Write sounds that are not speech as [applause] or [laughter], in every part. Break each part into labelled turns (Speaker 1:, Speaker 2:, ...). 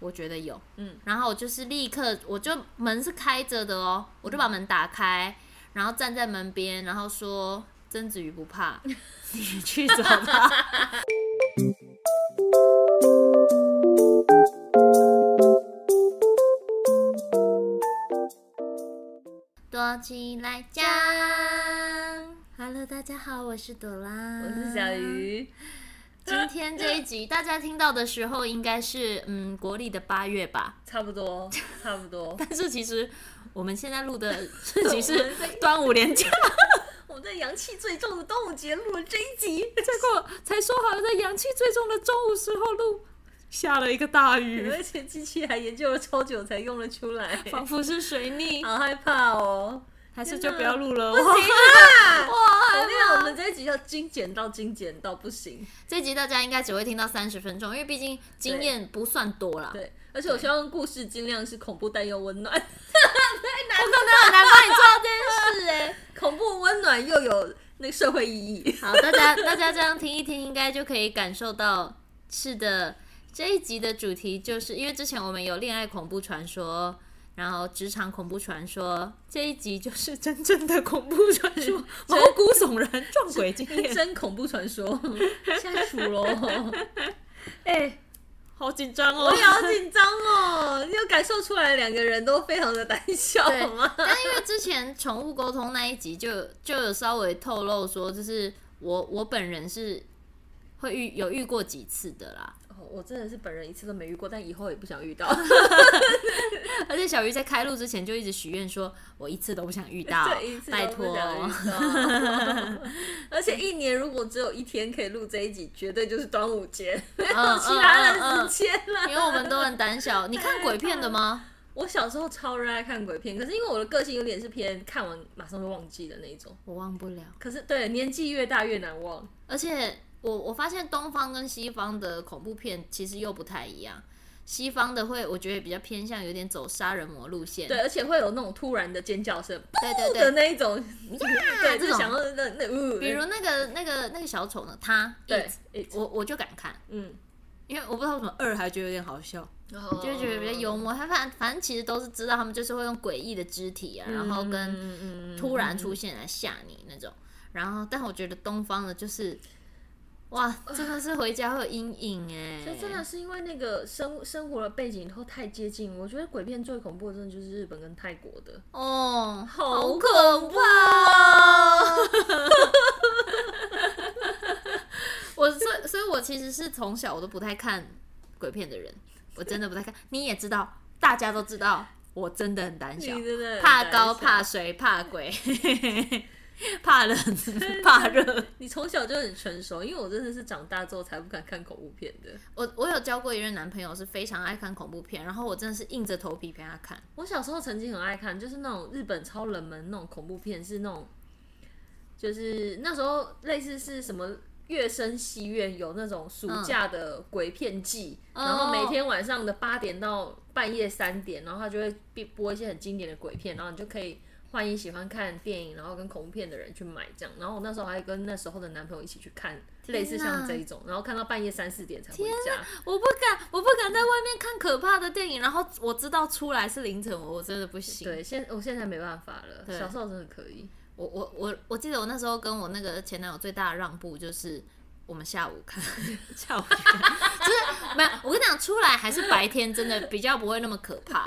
Speaker 1: 我觉得有，
Speaker 2: 嗯，
Speaker 1: 然后我就是立刻，我就门是开着的哦，我就把门打开，然后站在门边，然后说：“曾子瑜不
Speaker 2: [laughs]
Speaker 1: 怕，你去找他。躲起来讲，Hello，大家好，我是朵拉，
Speaker 2: 我是小。鱼，
Speaker 1: 今天这一集大家听到的时候，应该是嗯国历的八月吧， [laughs]
Speaker 2: 差不多，差不多。
Speaker 1: 但是其实我们现在录的事情 [laughs] 是端午连假，结
Speaker 2: [laughs] 我们在阳气最重的端午节录了这一 [laughs] 集，
Speaker 1: 果才说好在阳气最重的中午时候录，下了一个大雨，
Speaker 2: 而且机器还研究了超久才用了出 [laughs] 来，
Speaker 1: 仿佛是水逆，
Speaker 2: 好害怕哦！
Speaker 1: 还是
Speaker 2: 天
Speaker 1: 就
Speaker 2: 哪
Speaker 1: 不要录了。哦
Speaker 2: 不行
Speaker 1: 哇 [laughs]
Speaker 2: 啊！
Speaker 1: 哇
Speaker 2: 我跟你讲，我们这一集要精简到精简到不行。
Speaker 1: 这集大家应该只会听到三十分钟，因为毕竟经验不算多啦。
Speaker 2: 对，而且我希望故事尽量是恐怖但又温
Speaker 1: [laughs]
Speaker 2: 暖，
Speaker 1: 那很难帮你做到这件事哎、
Speaker 2: 恐怖温暖又有那个社会意义。
Speaker 1: 好，大家大家这样听一听，应该就可以感受到，是的，这一集的主题就是因为之前我们有恋爱恐怖传说，然后职场恐怖传说，这一集就是真正的恐怖传说，
Speaker 2: [laughs]
Speaker 1: 毛骨悚然，撞鬼经验，
Speaker 2: 真恐怖传说，吓死
Speaker 1: [laughs]
Speaker 2: 喽！哎、
Speaker 1: 好紧张
Speaker 2: 我
Speaker 1: 哦。
Speaker 2: 也好紧张哦，你有感受出来两个人都非常的胆小啊
Speaker 1: 对
Speaker 2: 吗？
Speaker 1: 但因为之前宠物沟通那一集就就有稍微透露说，就是我我本人是会遇有遇过几次的
Speaker 2: [laughs]
Speaker 1: 啦，
Speaker 2: 哦我真的是本人一次都没遇过，但以后也不想遇到。
Speaker 1: 而且小鱼在开录之前就一直许愿说，我一次都不想遇
Speaker 2: [laughs]
Speaker 1: 到
Speaker 2: 这一，次
Speaker 1: 拜
Speaker 2: 都不
Speaker 1: 托。哦
Speaker 2: 想遇到。而且一年如果只有一天可以录这一集，绝对就是端午节，没
Speaker 1: 嗯
Speaker 2: 有 [laughs] 其他的时间了。
Speaker 1: 因为我们都很胆小。你看鬼片的吗？
Speaker 2: 我小时候超热爱看鬼片，可是因为我的个性有点是偏看完马上会忘记的那一种。
Speaker 1: [laughs] 我忘不了。
Speaker 2: 可是对，年纪越大越难忘。
Speaker 1: 而且我我发现东方跟西方的恐怖片其实又不太一样。西方的会，我觉得比较偏向有点走杀人魔路线。
Speaker 2: 对，而且会有那种突然的尖叫声，
Speaker 1: 对对
Speaker 2: 的
Speaker 1: 对，
Speaker 2: 那一种， [laughs] 对，就
Speaker 1: 这
Speaker 2: 是
Speaker 1: 种
Speaker 2: 想要那那，呃
Speaker 1: 比如那个那个那个小丑呢，他
Speaker 2: 对
Speaker 1: It，，
Speaker 2: It，
Speaker 1: 我我就敢看，
Speaker 2: 嗯，
Speaker 1: 因为我不知道为什么二还觉得有点好笑，
Speaker 2: 就
Speaker 1: 就会觉得比较幽默。他反反正其实都是知道他们就是会用诡异的肢体
Speaker 2: 嗯
Speaker 1: 啊，然后跟
Speaker 2: 跟
Speaker 1: 突然
Speaker 2: 嗯
Speaker 1: 出现来吓你那种。然后，但我觉得东方的就是，哇，真的是回家会有阴影哎、
Speaker 2: 这真的嗯是因为那个生生活的背景都太接近，我觉得鬼片最恐怖的真的就是日本跟泰国的，
Speaker 1: 哦，
Speaker 2: 好
Speaker 1: 可
Speaker 2: 恐
Speaker 1: 怕哦！ [laughs] 我所以所以，我其实是从小我都不太看鬼片的人，我真的不太看。你也知道，大家都知道，我真的很胆小，
Speaker 2: 真的很
Speaker 1: 怕
Speaker 2: 胆
Speaker 1: 高、
Speaker 2: 小
Speaker 1: 怕水、怕鬼、 [laughs] 怕 [laughs] 冷、怕热。
Speaker 2: 你从小就很成熟，因为我真的是长大之后才不敢看恐怖片的。
Speaker 1: 我我有交过一任男朋友是非常爱看恐怖片，然后我真的是硬着头皮陪他看。
Speaker 2: 我小时候曾经很爱看，就是那种日本超冷门那种恐怖片，是那种，就是那时候类似是什么月升戏院有那种暑假的鬼片季，
Speaker 1: 嗯哦
Speaker 2: 然后每天晚上的八点到半夜三点，然后他就会必播一些很经典的鬼片，然后你就可以。欢迎喜欢看电影，然后跟恐怖片的人去买这样，然后我那时候还跟那时候的男朋友一起去看，
Speaker 1: 天哪
Speaker 2: 类似像这一种，然后看到半夜三四点才回家。
Speaker 1: 我不敢，我不敢在外面看可怕的电影，然后我知道出来是凌晨，我我真的不行。
Speaker 2: 对，现我现在没办法了，
Speaker 1: 对
Speaker 2: 小时候真的可以。
Speaker 1: 我我我我记得我那时候跟我那个前男友最大的让步就是我们下午看， [laughs] 下午看， [laughs] 就是没有。我跟你讲，出来还是白天真的比较不会那么可怕，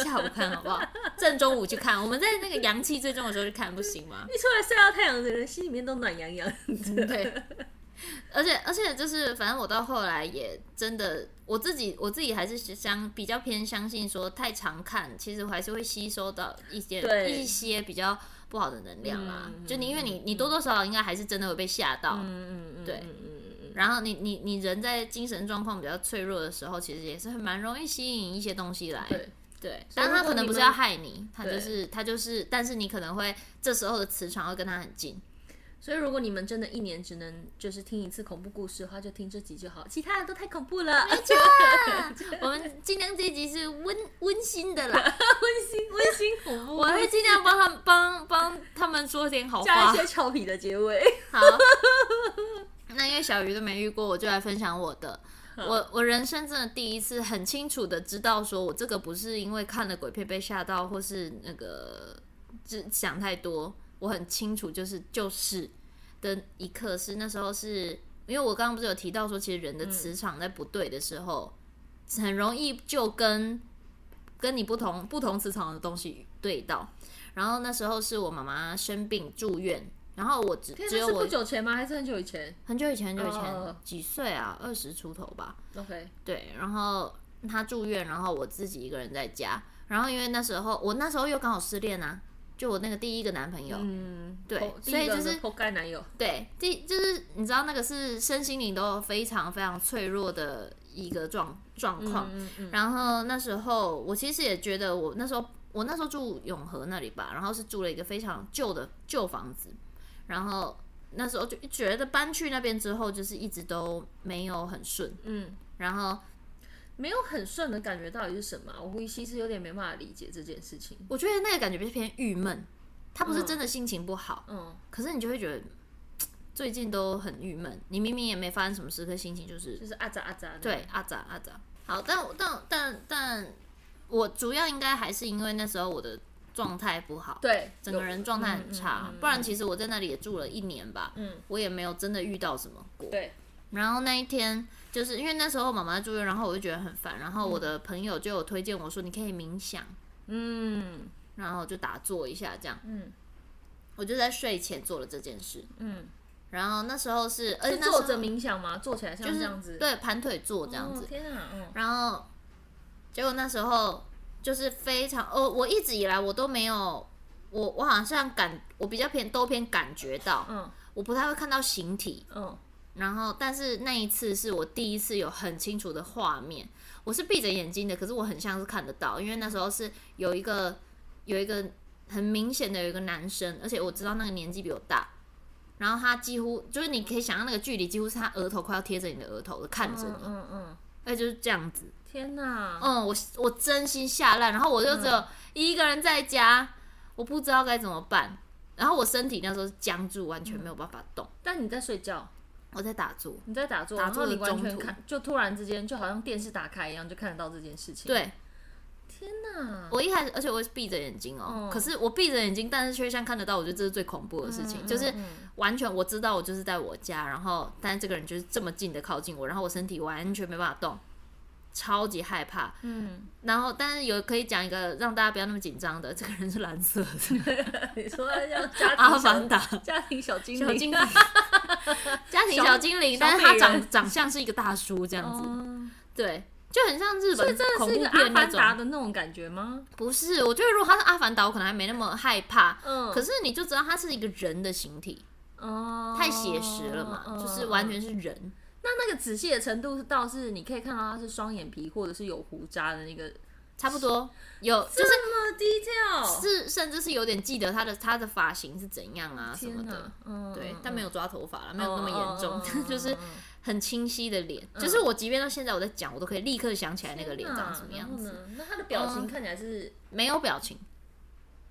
Speaker 1: 下午看好不好？正中午去看，我们在那个阳气最重的时候去看，不行吗？
Speaker 2: 一出来晒到太阳的人，心里面都暖洋洋
Speaker 1: 嗯
Speaker 2: 的。
Speaker 1: 对，而且而且就是，反正我到后来也真的，我自己我自己还是相比较偏相信说，太常看其实还是会吸收到一些
Speaker 2: 对
Speaker 1: 一些比较不好的能量啦。
Speaker 2: 嗯
Speaker 1: 就你因为你你多多少少应该还是真的会被吓到，
Speaker 2: 嗯嗯，
Speaker 1: 对
Speaker 2: 嗯嗯嗯
Speaker 1: 然后你你你人在精神状况比较脆弱的时候，其实也是很蛮容易吸引一些东西来。
Speaker 2: 对，
Speaker 1: 对，
Speaker 2: 哎所以
Speaker 1: 但他
Speaker 2: 如果
Speaker 1: 可能
Speaker 2: 你
Speaker 1: 不是
Speaker 2: 们
Speaker 1: 要害你，他就
Speaker 2: 对
Speaker 1: 是他就是，但是你可能会这时候的磁场会跟他很近。
Speaker 2: 所以如果你们真的一年只能就是听一次恐怖故事的话，就听这集就好，其他的都太恐怖了。
Speaker 1: 哎
Speaker 2: 温馨
Speaker 1: 我们尽量这一集是温温馨的啦。
Speaker 2: [laughs] 温馨恐怖，
Speaker 1: 我会尽量帮他们帮帮他们说点好
Speaker 2: 加
Speaker 1: 话
Speaker 2: 一。些俏皮的结尾。
Speaker 1: 好，那因为小鱼都没遇过，我就来分享我的。我我人生真的第一次很清楚的知道，说我这个不是因为看了鬼片被吓到，或是那个只想太多，我很清楚就是就是的一刻是那时候是因为我刚刚不是有提到说，其实人的
Speaker 2: 嗯
Speaker 1: 磁场在不对的时候，很容易就跟跟你不同不同磁场的东西对到。然后那时候是我妈妈生病住院，然后我只
Speaker 2: 天
Speaker 1: 只
Speaker 2: 哪
Speaker 1: 有
Speaker 2: 是
Speaker 1: 我
Speaker 2: 不久前吗？还是很久以前
Speaker 1: 很久以前，很久以前
Speaker 2: 哦
Speaker 1: 几岁啊，二十出头吧。
Speaker 2: ？OK，
Speaker 1: 对，然后他住院，然后我自己一个人在家。然后因为那时候我那时候又刚好失恋啊，就我那个第一个男朋友，
Speaker 2: 嗯，
Speaker 1: 对
Speaker 2: 偷
Speaker 1: 所以
Speaker 2: 第一个
Speaker 1: 就是
Speaker 2: 偷盖男友，
Speaker 1: 对，第就是你知道那个是身心灵都非常非常脆弱的一个状状况。
Speaker 2: 嗯嗯
Speaker 1: 然后那时候我其实也觉得我那时候我那时候住永和那里吧，然后是住了一个非常旧的旧房子，然后那时候就觉得搬去那边之后就是一直都没有很顺，
Speaker 2: 嗯，
Speaker 1: 然后
Speaker 2: 没有很顺的感觉到底是什么啊？我其实有点没办法理解这件事情。
Speaker 1: 我觉得那个感觉偏郁闷，他不是真的心情不好，
Speaker 2: 嗯，
Speaker 1: 可是你就会觉得嘖最近都很郁闷。你明明也没发生什么事，可心情就是
Speaker 2: 就是啊咋啊咋的。
Speaker 1: 对哎阿杂阿杂。好，但我但但但我主要应该还是因为那时候我的状态不好，
Speaker 2: 对，
Speaker 1: 整个人状态很差
Speaker 2: 嗯嗯嗯嗯，
Speaker 1: 不然其实我在那里也住了一年吧，
Speaker 2: 嗯，
Speaker 1: 我也没有真的遇到什么过。
Speaker 2: 对，
Speaker 1: 然后那一天，就是因为那时候妈妈住院，然后我就觉得很烦，然后我的朋友就有推荐我说你可以冥想，
Speaker 2: 嗯
Speaker 1: 然后就打坐一下这样。
Speaker 2: 嗯
Speaker 1: 我就在睡前做了这件事，
Speaker 2: 嗯，
Speaker 1: 然后那时候是，而且
Speaker 2: 是
Speaker 1: 那时候
Speaker 2: 坐着冥想吗？坐起来像
Speaker 1: 就是
Speaker 2: 这样子，
Speaker 1: 对，盘腿坐这
Speaker 2: 这
Speaker 1: 样子，
Speaker 2: 天啊，嗯
Speaker 1: 然后结果那时候就是非常，哦，我一直以来我都没有，我我好像感，我比较偏都偏感觉到，
Speaker 2: 嗯
Speaker 1: 我不太会看到形体，
Speaker 2: 嗯
Speaker 1: 然后但是那一次是我第一次有很清楚的画面，我是闭着眼睛的，可是我很像是看得到，因为那时候是有一个有一个很明显的有一个男生，而且我知道那个年纪比我大，然后他几乎就是你可以想象那个距离几乎是他额头快要贴着你的额头的看着
Speaker 2: 嗯
Speaker 1: 你，
Speaker 2: 嗯嗯，
Speaker 1: 哎、就是这样子，
Speaker 2: 天哪，
Speaker 1: 嗯，我我真心吓烂，然后我就只
Speaker 2: 嗯
Speaker 1: 有一个人在家，我不知道该怎么办，然后我身体那时候是僵住，完全没有办法动，
Speaker 2: 但你在睡觉，
Speaker 1: 我在打坐。
Speaker 2: 你在打坐，
Speaker 1: 打
Speaker 2: 然
Speaker 1: 坐
Speaker 2: 后
Speaker 1: 的
Speaker 2: 你完全
Speaker 1: 中途
Speaker 2: 看，就突然之间就好像电视打开一样，就看得到这件事情。，
Speaker 1: 对，
Speaker 2: 天哪，
Speaker 1: 我一开始，而且我是闭着眼睛哦、
Speaker 2: 嗯
Speaker 1: 可是我闭着眼睛，但是却像看得到，我觉得这是最恐怖的事情，
Speaker 2: 嗯
Speaker 1: 就是
Speaker 2: 嗯
Speaker 1: 完全我知道我就是在我家，然后但是这个人就是这么近的靠近我，然后我身体完全没办法动，超级害怕。
Speaker 2: 嗯，
Speaker 1: [laughs] 然后但是有可以讲一个让大家不要那么紧张的，这个人是蓝色
Speaker 2: [laughs]
Speaker 1: 的
Speaker 2: [laughs] 你说要家庭
Speaker 1: 阿
Speaker 2: 小
Speaker 1: 凡达
Speaker 2: 家庭小精灵，
Speaker 1: 小
Speaker 2: [laughs]
Speaker 1: 精灵，家庭
Speaker 2: 小
Speaker 1: 小精灵，
Speaker 2: 小
Speaker 1: 但是他
Speaker 2: 美
Speaker 1: 长
Speaker 2: 人
Speaker 1: 长相是一个大叔这样子，
Speaker 2: 哦
Speaker 1: 对，就很像日
Speaker 2: 所以
Speaker 1: 本
Speaker 2: 真的
Speaker 1: 恐
Speaker 2: 是一
Speaker 1: 怖
Speaker 2: 个阿
Speaker 1: 片那
Speaker 2: 凡
Speaker 1: 种。
Speaker 2: 达的那种感觉吗？
Speaker 1: 不是，我觉得如果他是阿凡达，我可能还没那么害怕。
Speaker 2: 嗯
Speaker 1: 可是你就知道他是一个人的形体，
Speaker 2: 哦，
Speaker 1: 太写实了嘛，
Speaker 2: 嗯
Speaker 1: 就是完。全是人。
Speaker 2: 那那个仔细的程度倒是你可以看到它是双眼皮或者是有胡渣的那个，
Speaker 1: 差不多有，就
Speaker 2: 这么 detail，
Speaker 1: 是甚至是有点记得他的他的发型是怎样啊什么
Speaker 2: 天
Speaker 1: 的
Speaker 2: 哪，，嗯，
Speaker 1: 对
Speaker 2: 嗯，
Speaker 1: 但没有抓头发了，没有那么
Speaker 2: 哦
Speaker 1: 严重
Speaker 2: 哦哦，哦
Speaker 1: [laughs] 就是
Speaker 2: 哦
Speaker 1: 很清晰的脸，就是我即便到现在我在讲，我都可以立刻想起来那个脸
Speaker 2: 天哪
Speaker 1: 长什么样
Speaker 2: 然
Speaker 1: 子，
Speaker 2: 后呢？那他的表情
Speaker 1: 嗯
Speaker 2: 看起来是
Speaker 1: 没有表情。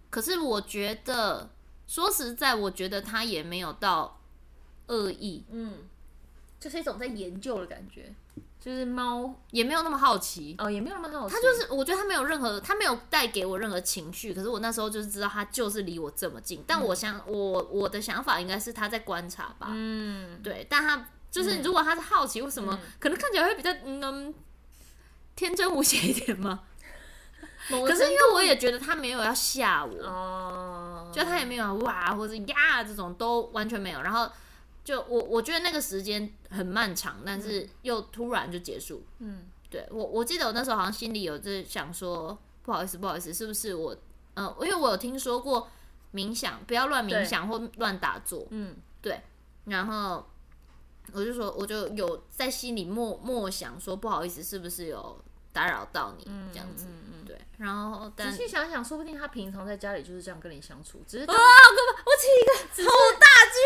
Speaker 1: 可是我觉得，说实在，我觉得他也没有到恶意，
Speaker 2: 嗯，就是一种在研究的感觉，就是猫
Speaker 1: 也没有那么好奇，
Speaker 2: 哦，也没有那么好奇，
Speaker 1: 他就是，我觉得他没有任何，他没有带给我任何情绪。可是我那时候就是知道他就是离我这么近，但我想，我我的想法应该是他在观察吧。
Speaker 2: 嗯，
Speaker 1: 对，但他就是，如果他是好奇，为什么、可能看起来会比较嗯嗯天真无邪一点吗？
Speaker 2: 可
Speaker 1: 可是因为我也觉得他没有要吓我，
Speaker 2: 哦，
Speaker 1: 就他也没有哇或者呀这种都完全没有。然后就我我觉得那个时间很漫长，但是又突然就结束。
Speaker 2: 嗯
Speaker 1: 对我，我记得我那时候好像心里有在想说，不好意思，不好意思，是不是我？呃，因为我有听说过冥想，不要乱冥
Speaker 2: 对
Speaker 1: 想或乱打坐。
Speaker 2: 嗯
Speaker 1: 然后我就说，我就有在心里默默想说，不好意思，是不是有打扰到你、
Speaker 2: 嗯
Speaker 1: 这样子？
Speaker 2: 嗯嗯。
Speaker 1: 对，然后但
Speaker 2: 仔
Speaker 1: 我起
Speaker 2: 细想想，说不定他平常在家里就是这样跟你相处，只是
Speaker 1: 一个好大哦鸡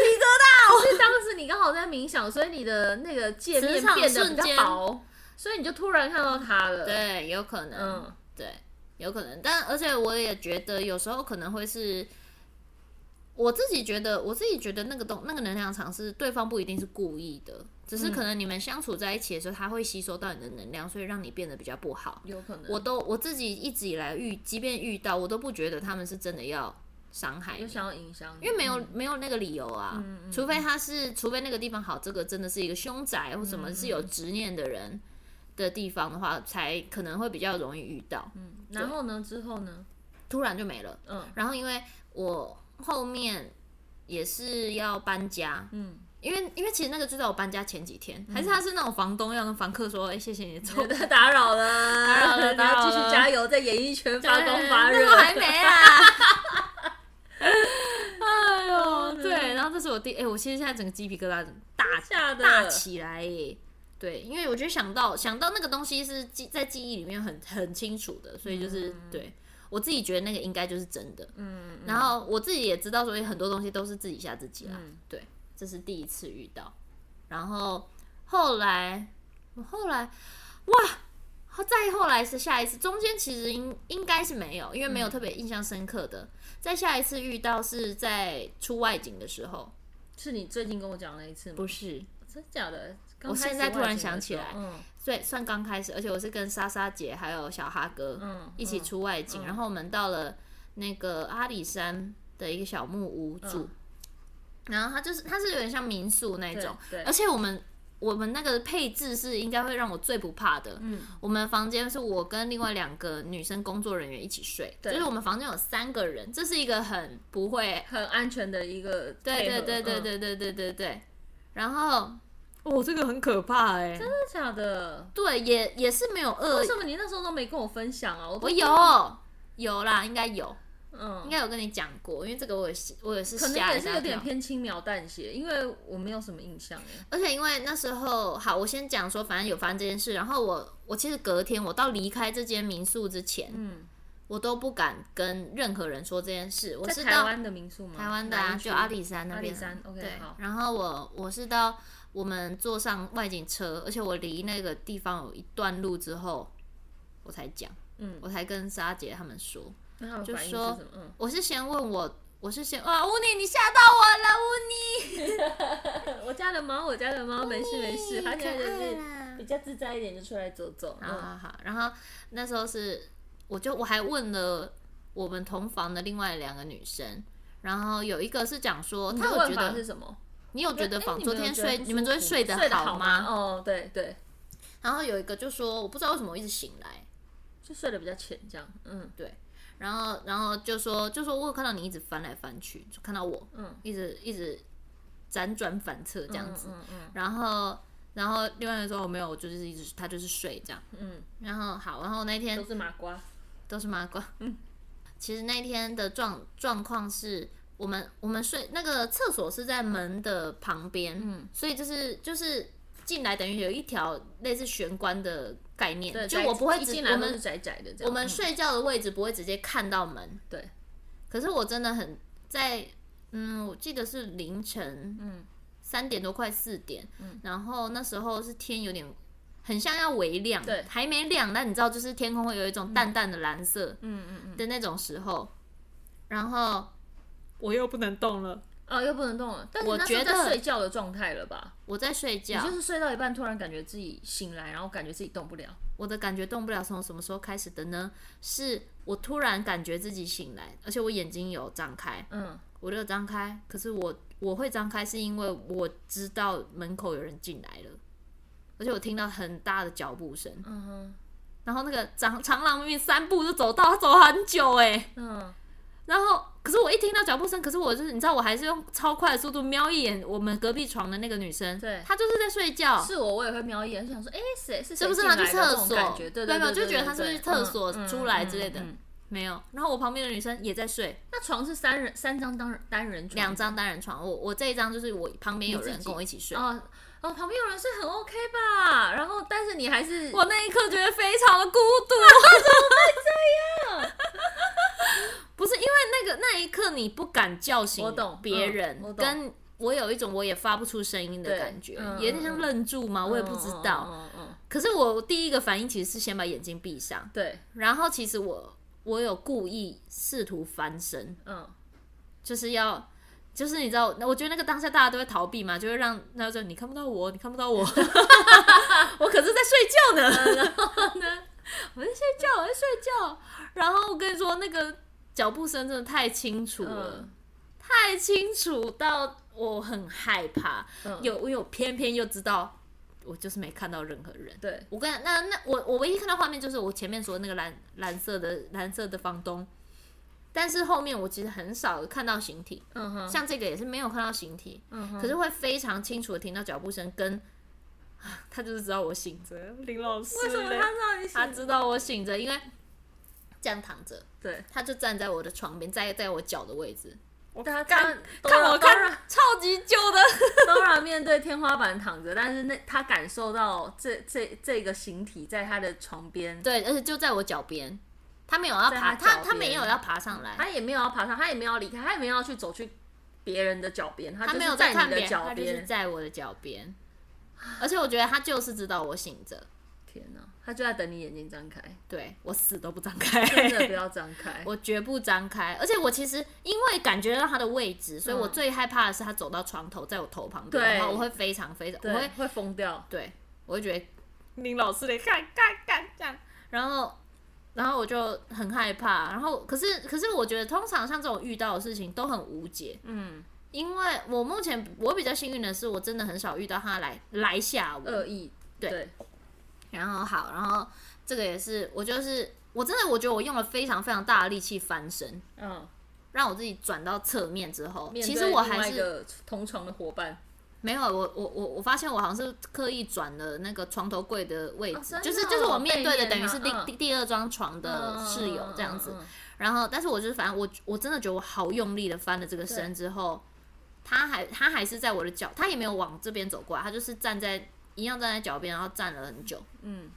Speaker 1: 皮疙瘩。
Speaker 2: 是当时你刚好在冥想，所以你的那个界面
Speaker 1: 磁场
Speaker 2: 变得比
Speaker 1: 瞬间
Speaker 2: 较薄，所以你就突然看到他了。，
Speaker 1: 对，有可能。
Speaker 2: 嗯，
Speaker 1: 对，有可能，但而且我也觉得有时候可能会是，我自己觉得，我自己觉得那个东那个能量场是对方不一定是故意的，只是
Speaker 2: 嗯
Speaker 1: 可能你们相处在一起的时候，他会吸收到你的能量，所以让你变得比较不好。
Speaker 2: 有可能
Speaker 1: 我都我自己一直以来遇，即便遇到，我都不觉得他们是真的要伤害
Speaker 2: 就
Speaker 1: 你，
Speaker 2: 想要影响你，
Speaker 1: 因为没有、
Speaker 2: 嗯
Speaker 1: 没有那个理由啊。除非他是，除非那个地方好，这个真的是一个凶宅或什
Speaker 2: 嗯
Speaker 1: 么是有执念的人的地方的话，才可能会比较容易遇到。
Speaker 2: 嗯然后呢？之后
Speaker 1: [laughs]
Speaker 2: 呢？
Speaker 1: 突然就没了。
Speaker 2: 嗯
Speaker 1: 然后因为我后面也是要搬家，
Speaker 2: 嗯，
Speaker 1: 因为因为其实那个就在我搬家前几天，还是他是那种房东要跟房客说，哎、谢谢你走，
Speaker 2: 打扰了，打
Speaker 1: [laughs] 扰了打扰了
Speaker 2: 继续加油，在演艺圈发光发
Speaker 1: 那
Speaker 2: 热
Speaker 1: 个。还没 [laughs] 啊。哎呦，对，然后这是我第，哎、我其实现在整个鸡皮疙瘩大
Speaker 2: 吓的
Speaker 1: 大起来耶。对，因为我觉得想到想到那个东西是记在记忆里面很很清楚的，所以就是、对我自己觉得那个应该就是真的。
Speaker 2: 嗯，
Speaker 1: 然后我自己也知道，所以很多东西都是自己吓自己啦。
Speaker 2: 嗯
Speaker 1: 对，这是第一次遇到。然后后来，我后来，哇，再后来是下一次，中间其实应应该是没有，因为没有
Speaker 2: 嗯
Speaker 1: 特别印象深刻的。再下一次遇到是在出外景的时候，
Speaker 2: 是你最近跟我讲那一次吗？
Speaker 1: 不是，
Speaker 2: 真假的？
Speaker 1: 我现在
Speaker 2: 刚开始
Speaker 1: 突然
Speaker 2: 外景的
Speaker 1: 想起
Speaker 2: 时候
Speaker 1: 来
Speaker 2: 嗯
Speaker 1: 对，算刚开始，而且我是跟莎莎姐还有小哈哥，
Speaker 2: 嗯
Speaker 1: 一起
Speaker 2: 嗯
Speaker 1: 出外景，然后我们到了那个阿里山的一个小木屋
Speaker 2: 嗯
Speaker 1: 住，然后它就是它是有点像民宿那种，
Speaker 2: 对对
Speaker 1: 而且我们我们那个配置是应该会让我最不怕的，
Speaker 2: 嗯，
Speaker 1: 我们房间是我跟另外两个女生工作人员一起睡，
Speaker 2: 对
Speaker 1: 就是我们房间有三个人，这是一个很不会，
Speaker 2: 很安全的一个
Speaker 1: 对
Speaker 2: 配合
Speaker 1: 对对对
Speaker 2: 嗯
Speaker 1: 对对对对对，然后哦这个很可怕哎、
Speaker 2: 真的假的？
Speaker 1: 对也也是没有恶
Speaker 2: 欸为
Speaker 1: 意，
Speaker 2: 什么你那时候都没跟我分享啊？我都
Speaker 1: 我有有啦应该有。
Speaker 2: 嗯
Speaker 1: 应，该有跟你讲过，因为这个我也是，我也是
Speaker 2: 可能
Speaker 1: 吓
Speaker 2: 也
Speaker 1: 一
Speaker 2: 是
Speaker 1: 大
Speaker 2: 有点
Speaker 1: 跳。
Speaker 2: 偏轻描淡写，因为我没有什么印象哎。
Speaker 1: 而且因为那时候，好，我先讲说，反正有发生这件事，然后我我其实隔天我到离开这间民宿之前，
Speaker 2: 嗯，
Speaker 1: 我都不敢跟任何人说这件事。我
Speaker 2: 在
Speaker 1: 是
Speaker 2: 台
Speaker 1: 到
Speaker 2: 湾的民宿吗？
Speaker 1: 台湾的啊，
Speaker 2: 哪一区
Speaker 1: 就阿里山那
Speaker 2: 阿
Speaker 1: 边
Speaker 2: 里
Speaker 1: 啊。
Speaker 2: 山，OK，
Speaker 1: 对
Speaker 2: 好，
Speaker 1: 然后我我是到我们坐上外景车，而且我离那个地方有一段路之后，我才讲，
Speaker 2: 嗯，
Speaker 1: 我才跟莎姐他们说，
Speaker 2: 那他们
Speaker 1: 就
Speaker 2: 反应是
Speaker 1: 说
Speaker 2: 什么？嗯，
Speaker 1: 我是先问我，我是先啊，乌尼，你吓到我了，乌尼。
Speaker 2: 我家的猫，我家的猫，没事没事，它
Speaker 1: 可
Speaker 2: 现在就
Speaker 1: 爱
Speaker 2: 是
Speaker 1: 啦
Speaker 2: 比较自在一点，就出来走走。
Speaker 1: 好
Speaker 2: 嗯
Speaker 1: 好好，然后那时候是，我就我还问了我们同房的另外两个女生，然后有一个是讲说，
Speaker 2: 你
Speaker 1: 她有
Speaker 2: 的
Speaker 1: 觉
Speaker 2: 问法是
Speaker 1: 得
Speaker 2: 什么？
Speaker 1: 你有觉得
Speaker 2: 哎
Speaker 1: 房
Speaker 2: 你
Speaker 1: 昨
Speaker 2: 们有
Speaker 1: 天
Speaker 2: 觉得
Speaker 1: 睡
Speaker 2: 不
Speaker 1: 你们
Speaker 2: 舒
Speaker 1: 昨天
Speaker 2: 服
Speaker 1: 睡
Speaker 2: 得
Speaker 1: 好
Speaker 2: 好
Speaker 1: 吗？
Speaker 2: 哦，对对，
Speaker 1: 然后有一个就说我不知道为什么我一直醒来，
Speaker 2: 就睡得比较浅这样。嗯
Speaker 1: 对，然后然后就说就说我有看到你一直翻来翻去，就看到我
Speaker 2: 嗯，
Speaker 1: 一直一直辗转反侧这样子，
Speaker 2: 嗯嗯
Speaker 1: 然后然后另外一个说我哦没有，我就是一直他就是睡这样，
Speaker 2: 嗯，
Speaker 1: 然后好，然后那天
Speaker 2: 都是麻瓜。
Speaker 1: 都是麻瓜。嗯，其实那天的状状况是我们我们睡那个厕所是在门的旁边，嗯，所以就是就是进来等于有一条类似玄关的概念，
Speaker 2: 对，
Speaker 1: 就
Speaker 2: 宅
Speaker 1: 我不会
Speaker 2: 一
Speaker 1: 直
Speaker 2: 进
Speaker 1: 我
Speaker 2: 来都是
Speaker 1: 们
Speaker 2: 窄窄的这样。
Speaker 1: 我们睡觉的位置不会直接看到门，
Speaker 2: 对。
Speaker 1: 可是我真的很在嗯，我记得是凌晨
Speaker 2: 嗯
Speaker 1: 三点多快四点，然后那时候是天有点。很像要微亮，
Speaker 2: 对
Speaker 1: 还没亮，但你知道，就是天空会有一种淡淡的蓝色，
Speaker 2: 嗯嗯嗯，
Speaker 1: 的那种时候，然后我又不能动了，
Speaker 2: 哦，又不能动了。但是
Speaker 1: 我
Speaker 2: 那时候
Speaker 1: 觉
Speaker 2: 在
Speaker 1: 得啊
Speaker 2: 睡觉的状态了吧？
Speaker 1: 我在睡
Speaker 2: 你
Speaker 1: 觉
Speaker 2: 就，是睡到一半，突然感觉自己醒来，然后感觉自己动不了。
Speaker 1: 我的感觉动不了，从什么时候开始的呢？是我突然感觉自己醒来，而且我眼睛有张开，
Speaker 2: 嗯，
Speaker 1: 我就张开，可是我我会张开是因为我知道门口有人进来了，而且我听到很大的脚步声，
Speaker 2: 嗯哼
Speaker 1: 然后那个长长廊面三步就走到，他走很久哎、
Speaker 2: 嗯，
Speaker 1: 然后，可是我一听到脚步声，可是我就是你知道，我还是用超快的速度瞄一眼我们隔壁床的那个女生，
Speaker 2: 对
Speaker 1: 她就是在睡觉，
Speaker 2: 是我，我也会瞄一眼，就想说，哎，谁是
Speaker 1: 哦是
Speaker 2: 谁
Speaker 1: 不是
Speaker 2: 进
Speaker 1: 她
Speaker 2: 来
Speaker 1: 去
Speaker 2: 的
Speaker 1: 厕
Speaker 2: 这种
Speaker 1: 所？
Speaker 2: 感觉对
Speaker 1: 没
Speaker 2: 对
Speaker 1: 有没有，
Speaker 2: 对，
Speaker 1: 就觉得
Speaker 2: 对
Speaker 1: 她是不是
Speaker 2: 对
Speaker 1: 去厕所
Speaker 2: 嗯嗯
Speaker 1: 出来之类的，
Speaker 2: 嗯嗯嗯
Speaker 1: 没有。然后我旁边的女生也在睡，
Speaker 2: 那床是三人三张单人单人床，
Speaker 1: 两张单人床，我我这一张就是我旁边有
Speaker 2: 你自
Speaker 1: 人
Speaker 2: 己
Speaker 1: 跟我一起睡，
Speaker 2: 哦哦，旁边有人睡很 OK 吧？然后但是你还是
Speaker 1: 我那一刻觉得非常的孤
Speaker 2: [laughs]
Speaker 1: 独，怎么会这样？不是因为那个那一刻你不敢叫醒
Speaker 2: 我懂
Speaker 1: 别人，
Speaker 2: 嗯我懂
Speaker 1: 跟我有一种我也发不出声音的
Speaker 2: 对
Speaker 1: 感觉，
Speaker 2: 嗯
Speaker 1: 有点像愣住嘛，我也不知道。
Speaker 2: 嗯嗯嗯嗯
Speaker 1: 可是我第一个反应其实是先把眼睛闭上，
Speaker 2: 对，
Speaker 1: 然后其实我我有故意试图翻身，
Speaker 2: 嗯，
Speaker 1: 就是要就是你知道，我觉得那个当下大家都会逃避嘛，就会让那就你看不到我，你看不到 [laughs] 我，我可是在睡觉呢。呃然后呢， [laughs] 我在睡觉，我在睡觉。然后我跟你说，那个脚步声真的太清楚了，
Speaker 2: 嗯
Speaker 1: 太清楚到我很害怕。
Speaker 2: 嗯
Speaker 1: 有，我有偏偏又知道，我就是没看到任何人。
Speaker 2: 对，
Speaker 1: 我跟你讲那那我我唯一看到画面就是我前面说的那个蓝蓝色的蓝色的房东，但是后面我其实很少看到形体，
Speaker 2: 嗯哼，
Speaker 1: 像这个也是没有看到形体，
Speaker 2: 嗯哼，
Speaker 1: 可是会非常清楚的听到脚步声跟， [laughs] 啊他就是知道我醒着，林老师
Speaker 2: 为什么
Speaker 1: 嘞
Speaker 2: 他让你
Speaker 1: 他
Speaker 2: 醒？
Speaker 1: 知道我醒着，因为这样躺着，
Speaker 2: 对，
Speaker 1: 他就站在我的床边，在在我脚的位置，
Speaker 2: 他看
Speaker 1: 看我看超级旧的， [laughs]
Speaker 2: Dora 面对天花板躺着，但是那他感受到这这这个形体在他的床边，
Speaker 1: 对，而且就在我脚边，他没有要
Speaker 2: 在
Speaker 1: 爬，
Speaker 2: 他脚
Speaker 1: 他他
Speaker 2: 边
Speaker 1: 没有要爬上来，
Speaker 2: 他也没有要爬上，他也没有要离开，他也没有要去走去别人的脚边，他
Speaker 1: 他
Speaker 2: 就
Speaker 1: 没有
Speaker 2: 是
Speaker 1: 在
Speaker 2: 在
Speaker 1: 看
Speaker 2: 你
Speaker 1: 别
Speaker 2: 的
Speaker 1: 人，他
Speaker 2: 脚
Speaker 1: 就是
Speaker 2: 边。
Speaker 1: 在我的脚边。而且我觉得他就是知道我醒着，
Speaker 2: 天哪，他就在等你眼睛张开， [laughs]
Speaker 1: 对我死都不张开，
Speaker 2: 真的不要张开。
Speaker 1: [laughs] 我绝不张开。而且我其实因为感觉到他的位置，所以我最害怕的是他走到床头，在我头旁边，
Speaker 2: 嗯对
Speaker 1: 然后我会非常非常，我
Speaker 2: 对
Speaker 1: 会，
Speaker 2: 会疯掉。
Speaker 1: 对，我会觉得林老师得看看看这样，然后然后我就很害怕，然后可是可是我觉得通常像这种遇到的事情都很无解，
Speaker 2: 嗯，
Speaker 1: 因为我目前我比较幸运的是，我真的很少遇到他来来吓我，
Speaker 2: 恶意。
Speaker 1: 对
Speaker 2: 对，
Speaker 1: 然后好，然后这个也是我就是我真的我觉得我用了非常非常大的力气翻身，
Speaker 2: 嗯，
Speaker 1: 让我自己转到侧面之后，
Speaker 2: 面
Speaker 1: 其
Speaker 2: 对
Speaker 1: 实我
Speaker 2: 另外
Speaker 1: 还
Speaker 2: 一
Speaker 1: 是
Speaker 2: 个同床的伙伴，
Speaker 1: 没有，我我我我发现我好像是刻意转了那个床头柜的位
Speaker 2: 哦
Speaker 1: 置，就
Speaker 2: 真的
Speaker 1: 是
Speaker 2: 哦
Speaker 1: 就是我面对的
Speaker 2: 背
Speaker 1: 等
Speaker 2: 面
Speaker 1: 于是第
Speaker 2: 啊嗯
Speaker 1: 第、第二张床的室友这样子。
Speaker 2: 嗯。嗯嗯嗯
Speaker 1: 然后，但是我就是反正我我真的觉得我好用力的翻了这个身之后，他还他还是在我的脚，他也没有往这边走过来，他就是站在一样站在脚边，然后站了很久，
Speaker 2: 嗯，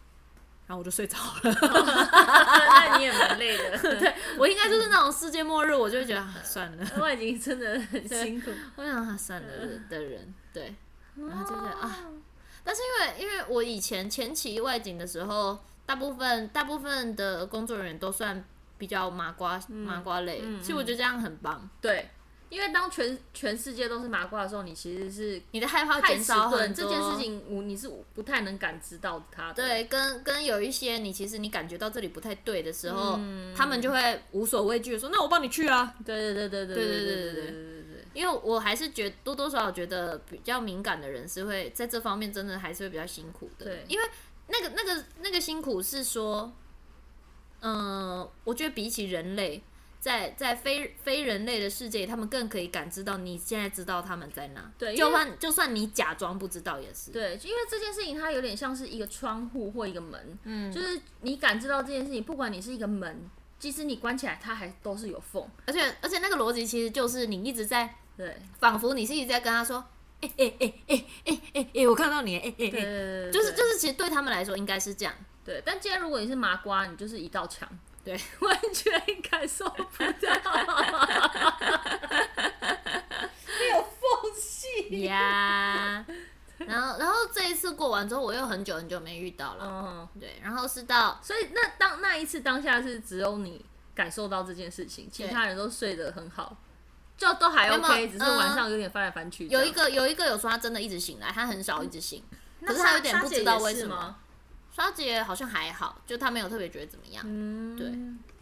Speaker 1: 然后我就睡着了。
Speaker 2: [laughs] 那你也蛮累 [laughs] 的。
Speaker 1: 对我应该就是那种世界末日，我就会 [laughs] 觉得、啊、算了，
Speaker 2: 我已经真的很辛 [laughs] 苦，
Speaker 1: 我想、啊、算了的的人，对。
Speaker 2: 然
Speaker 1: 后就觉得啊，但是因为因为我以前前期外景的时候，大部分大部分的工作人员都算比较麻瓜、麻瓜类，其实我觉得这样很棒，
Speaker 2: 对，因为当全全世界都是麻瓜的时候，你其实是
Speaker 1: 你的害怕
Speaker 2: 太
Speaker 1: 减
Speaker 2: 迟
Speaker 1: 少很多。
Speaker 2: 钝这件事情我，你是不太能感知到它的。，
Speaker 1: 对，跟跟有一些你其实你感觉到这里不太对的时候，
Speaker 2: 嗯
Speaker 1: 他们就会无所畏惧的说：“那我帮你去啊。
Speaker 2: 对对对对对
Speaker 1: 对
Speaker 2: 对
Speaker 1: 对
Speaker 2: 对
Speaker 1: 对
Speaker 2: 对对”
Speaker 1: 因为我还是觉得多多少少觉得比较敏感的人是会在这方面真的还是会比较辛苦的。
Speaker 2: 对
Speaker 1: 因为那个那个那个辛苦是说，嗯、我觉得比起人类，在在非非人类的世界，他们更可以感知到你现在知道他们在哪。
Speaker 2: 对因为
Speaker 1: 就算就算你假装不知道也是。
Speaker 2: 对，因为这件事情它有点像是一个窗户或一个门，
Speaker 1: 嗯
Speaker 2: 就是你感知到这件事情，不管你是一个门，即使你关起来，它还都是有缝。
Speaker 1: 而且而且那个逻辑其实就是你一直在
Speaker 2: 对，
Speaker 1: 仿佛你是一直在跟他说，哎哎哎哎哎哎哎，我看到你了，哎哎
Speaker 2: 对
Speaker 1: 哎，
Speaker 2: 对，
Speaker 1: 就是就是是，其实对他们来说应该是这样，
Speaker 2: 对。但既然如果你是麻瓜，你就是一道墙， [laughs]
Speaker 1: 对，
Speaker 2: 完全感受不到。你有缝隙。
Speaker 1: 呀。然后然后这一次过完之后，我又很久很久没遇到了，
Speaker 2: 嗯，
Speaker 1: 对，然后是到
Speaker 2: 所以那当那一次当下是只有你感受到这件事情，其他人都睡得很好，就都还
Speaker 1: 那么
Speaker 2: OK，只是晚
Speaker 1: 嗯
Speaker 2: 上有点翻来翻去这
Speaker 1: 有
Speaker 2: 样。
Speaker 1: 一个有一个有说他真的一直醒来，他很少一直醒，可是
Speaker 2: 沙
Speaker 1: 他有点
Speaker 2: 沙
Speaker 1: 不
Speaker 2: 姐
Speaker 1: 知
Speaker 2: 也
Speaker 1: 道为
Speaker 2: 是
Speaker 1: 什么。
Speaker 2: 吗？
Speaker 1: 刷姐好像还好，就他没有特别觉得怎么样，
Speaker 2: 嗯，
Speaker 1: 对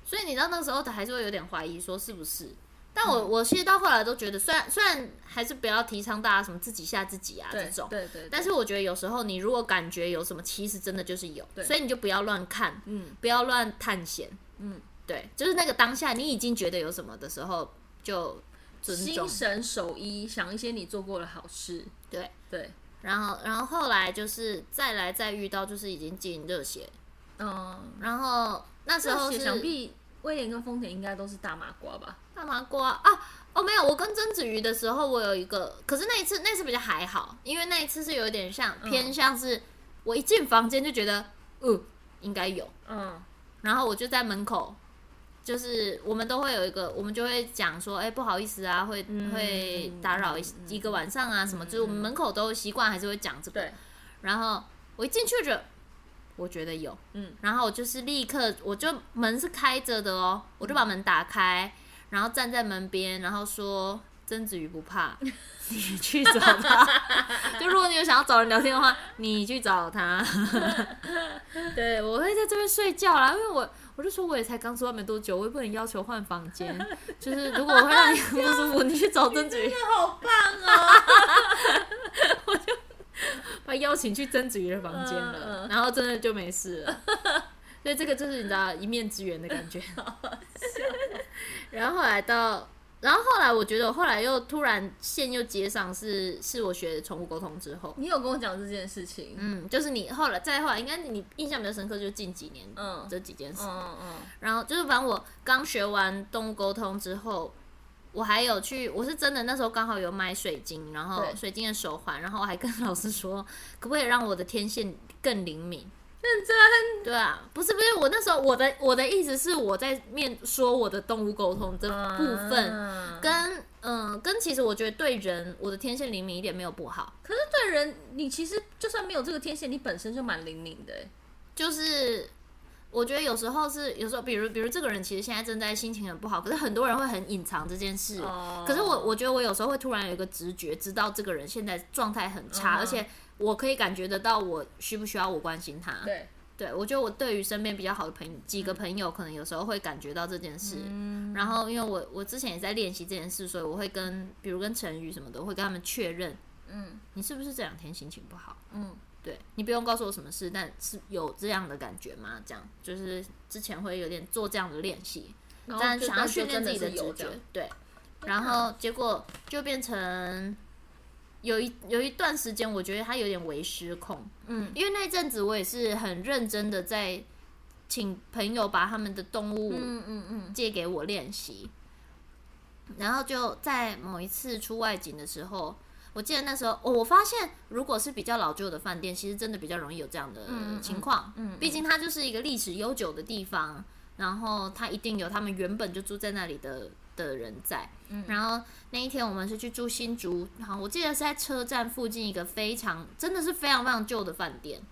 Speaker 1: 所以你到那个时候还是会有点怀疑，说是不是？但
Speaker 2: 嗯
Speaker 1: 我我其实到后来都觉得，虽然虽然还是不要提倡大家什么自己吓自己啊这
Speaker 2: 对
Speaker 1: 种，
Speaker 2: 对对，
Speaker 1: 但是我觉得有时候你如果感觉有什么，其实真的就是有，所以你就不要乱看，
Speaker 2: 嗯
Speaker 1: 不要乱探险，
Speaker 2: 嗯，
Speaker 1: 对，就是那个当下你已经觉得有什么的时候，就尊
Speaker 2: 心
Speaker 1: 重，
Speaker 2: 神守一，想一些你做过的好事。
Speaker 1: 对
Speaker 2: 对，
Speaker 1: 然后然后后来就是再来再遇到，就是已经进热血，
Speaker 2: 嗯，
Speaker 1: 然后那时候是
Speaker 2: 这些想必威廉跟丰田应该都是大麻瓜吧？
Speaker 1: 大麻瓜啊！哦，没有，我跟曾子瑜的时候，我有一个，可是那一次那次比较还好，因为那一次是有点像偏向是，我一进房间就觉得，嗯，应该有，
Speaker 2: 嗯，
Speaker 1: 然后我就在门口，就是我们都会有一个，我们就会讲说，哎、不好意思啊，会、
Speaker 2: 嗯
Speaker 1: 会打扰一一个晚上啊，什么，就是我们门口都习惯还是会讲这个。
Speaker 2: 对，
Speaker 1: 然后我一进去就，我觉得有，
Speaker 2: 嗯，
Speaker 1: 然后我就是立刻，我就门是开着的哦，我就把门打开，然后站在门边，然后说，曾子瑜不怕，你去找他。就如果你有想要找人聊天的话，你去找他。对，我会在这边睡觉啦，因为我我就说我也才刚出外没多久，我也不能要求换房间。就是如果我会让你很不舒服，你去找曾子瑜，
Speaker 2: 好
Speaker 1: [laughs]
Speaker 2: 棒哦！
Speaker 1: 把他邀请去曾子瑜的房间了，
Speaker 2: 嗯嗯
Speaker 1: 然后真的就没事了。 [laughs] 所以这个就是你知道一面之缘的
Speaker 2: [laughs]
Speaker 1: 感觉。然后后来到，然后后来我觉得我后来又突然线又接上是，是我学宠物沟通之后，
Speaker 2: 你有跟我讲这件事情？
Speaker 1: 嗯，就是你后来再后来，应该你印象比较深刻就是近几年、
Speaker 2: 嗯
Speaker 1: 这几件事。
Speaker 2: 嗯嗯
Speaker 1: 然后就是，反正我刚学完动物沟通之后，我还有去，我是真的那时候刚好有买水晶，然后
Speaker 2: 对
Speaker 1: 水晶的手环，然后我还跟老师说，可不可以让我的天线更灵敏？
Speaker 2: 认真
Speaker 1: 对啊，不是不是，我那时候我的我的意思是我在面说我的动物沟通这部分，
Speaker 2: 嗯啊
Speaker 1: 跟嗯、跟其实我觉得对人我的天线灵敏一点没有不好，
Speaker 2: 可是对人，你其实就算没有这个天线，你本身就蛮灵敏的欸。
Speaker 1: 就是我觉得有时候是有时候，比如比如这个人其实现在正在心情很不好，可是很多人会很隐藏这件事。
Speaker 2: 哦
Speaker 1: 可是我我觉得我有时候会突然有一个直觉，知道这个人现在状态很差，
Speaker 2: 嗯
Speaker 1: 而且我可以感觉得到我需不需要我关心他。
Speaker 2: 对，嗯
Speaker 1: 对，我觉得我对于身边比较好的朋友几个朋友，可能有时候会感觉到这件事。然后因为我我之前也在练习这件事，所以我会跟比如跟陈宇什么的，我会跟他们确认
Speaker 2: 嗯
Speaker 1: 你是不是这两天心情不好。
Speaker 2: 嗯，
Speaker 1: 对你不用告诉我什么事，但是有这样的感觉吗？这样就是之前会有点做这样的练习，
Speaker 2: 然后
Speaker 1: 但
Speaker 2: 就
Speaker 1: 想要
Speaker 2: 但就
Speaker 1: 训练
Speaker 2: 真
Speaker 1: 自己
Speaker 2: 是
Speaker 1: 的直
Speaker 2: 有这
Speaker 1: 觉
Speaker 2: 样，
Speaker 1: 对。然后结果就变成有一有一段时间，我觉得他有点为失控，
Speaker 2: 嗯
Speaker 1: 因为那一阵子我也是很认真的在请朋友把他们的动物
Speaker 2: 嗯嗯嗯，
Speaker 1: 借给我练习。然后就在某一次出外景的时候，我记得那时候、哦我发现如果是比较老旧的饭店，其实真的比较容易有这样的
Speaker 2: 嗯嗯
Speaker 1: 情况。
Speaker 2: 嗯嗯
Speaker 1: 毕竟它就是一个历史悠久的地方，然后它一定有他们原本就住在那里的的人在。
Speaker 2: 嗯
Speaker 1: 然后那一天我们是去住新竹，好，我记得是在车站附近一个非常真的是非常非常旧的饭店，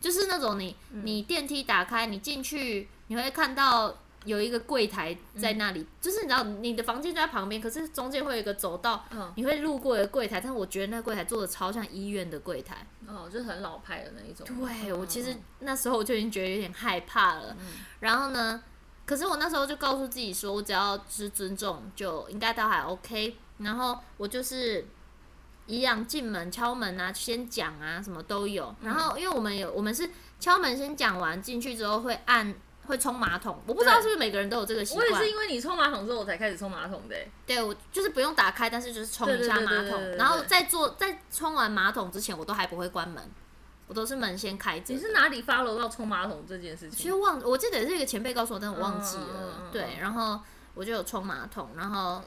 Speaker 1: 就是那种你
Speaker 2: 嗯
Speaker 1: 你电梯打开，你进去你会看到有一个柜台在那里，就是你知道你的房间就在旁边，可是中间会有一个走道，
Speaker 2: 嗯
Speaker 1: 你会路过一个柜台，但我觉得那个柜台做的超像医院的柜台。哦
Speaker 2: 哦，就是很老派的那一种。
Speaker 1: 对我
Speaker 2: 嗯
Speaker 1: 其实那时候我就已经觉得有点害怕了，然后呢，可是我那时候就告诉自己说，我只要是尊重，就应该倒还 OK。然后我就是一样进门敲门啊，先讲啊，什么都有。然后因为我们有我们是敲门先讲完，进去之后会按会冲马桶，我不知道
Speaker 2: 对
Speaker 1: 是不是每个人都有这个习
Speaker 2: 我
Speaker 1: 惯。
Speaker 2: 也是因为你冲马桶之后，我才开始冲马桶的欸。
Speaker 1: 对我就是不用打开，但是就是冲一下
Speaker 2: 对对对
Speaker 1: 马
Speaker 2: 对对对
Speaker 1: 桶，
Speaker 2: 对
Speaker 1: 然后再做在冲完马桶之前，我都还不会关门，我都是门先开着的。
Speaker 2: 你是哪里发楼到冲马桶这件事
Speaker 1: 其
Speaker 2: 情
Speaker 1: 实？忘，我记得也是一个前辈告诉我，但我忘记了。
Speaker 2: 嗯嗯嗯嗯
Speaker 1: 对，然后我就有冲马桶，然后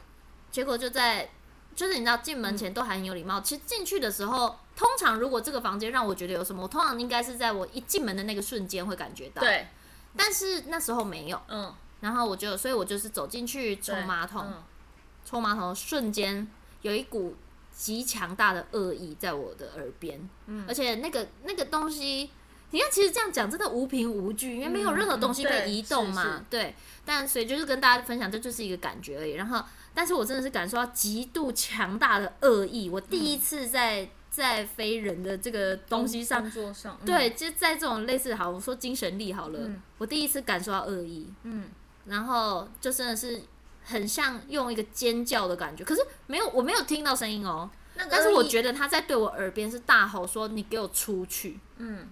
Speaker 1: 结果就在，就是你知道进门
Speaker 2: 嗯
Speaker 1: 前都还很有礼貌。其实进去的时候，通常如果这个房间让我觉得有什么，我通常应该是在我一进门的那个瞬间会感觉到。。
Speaker 2: 对，
Speaker 1: 但是那时候没有，
Speaker 2: 嗯，
Speaker 1: 然后我就，所以我就是走进去
Speaker 2: 对
Speaker 1: 冲马桶，
Speaker 2: 嗯
Speaker 1: 冲马桶的瞬间有一股极强大的恶意在我的耳边，嗯，而且那个那个东西，你看，其实这样讲真的无凭无据，因为没有任何东西
Speaker 2: 嗯对
Speaker 1: 被移动嘛，
Speaker 2: 是是
Speaker 1: 对。但所以就是跟大家分享，这就是一个感觉而已。然后，但是我真的是感受到极度强大的恶意，我第
Speaker 2: 嗯
Speaker 1: 一次在、在非人的这个东西上
Speaker 2: 工作上，嗯，
Speaker 1: 对，就在这种类似好，我说精神力好了，
Speaker 2: 嗯
Speaker 1: 我第一次感受到恶意，
Speaker 2: 嗯，
Speaker 1: 然后就真的是很像用一个尖叫的感觉，可是没有，我没有听到声音哦，
Speaker 2: 那个
Speaker 1: 但是我
Speaker 2: 得，
Speaker 1: 觉得他在对我耳边是大吼说：“你给我出去
Speaker 2: 嗯，！”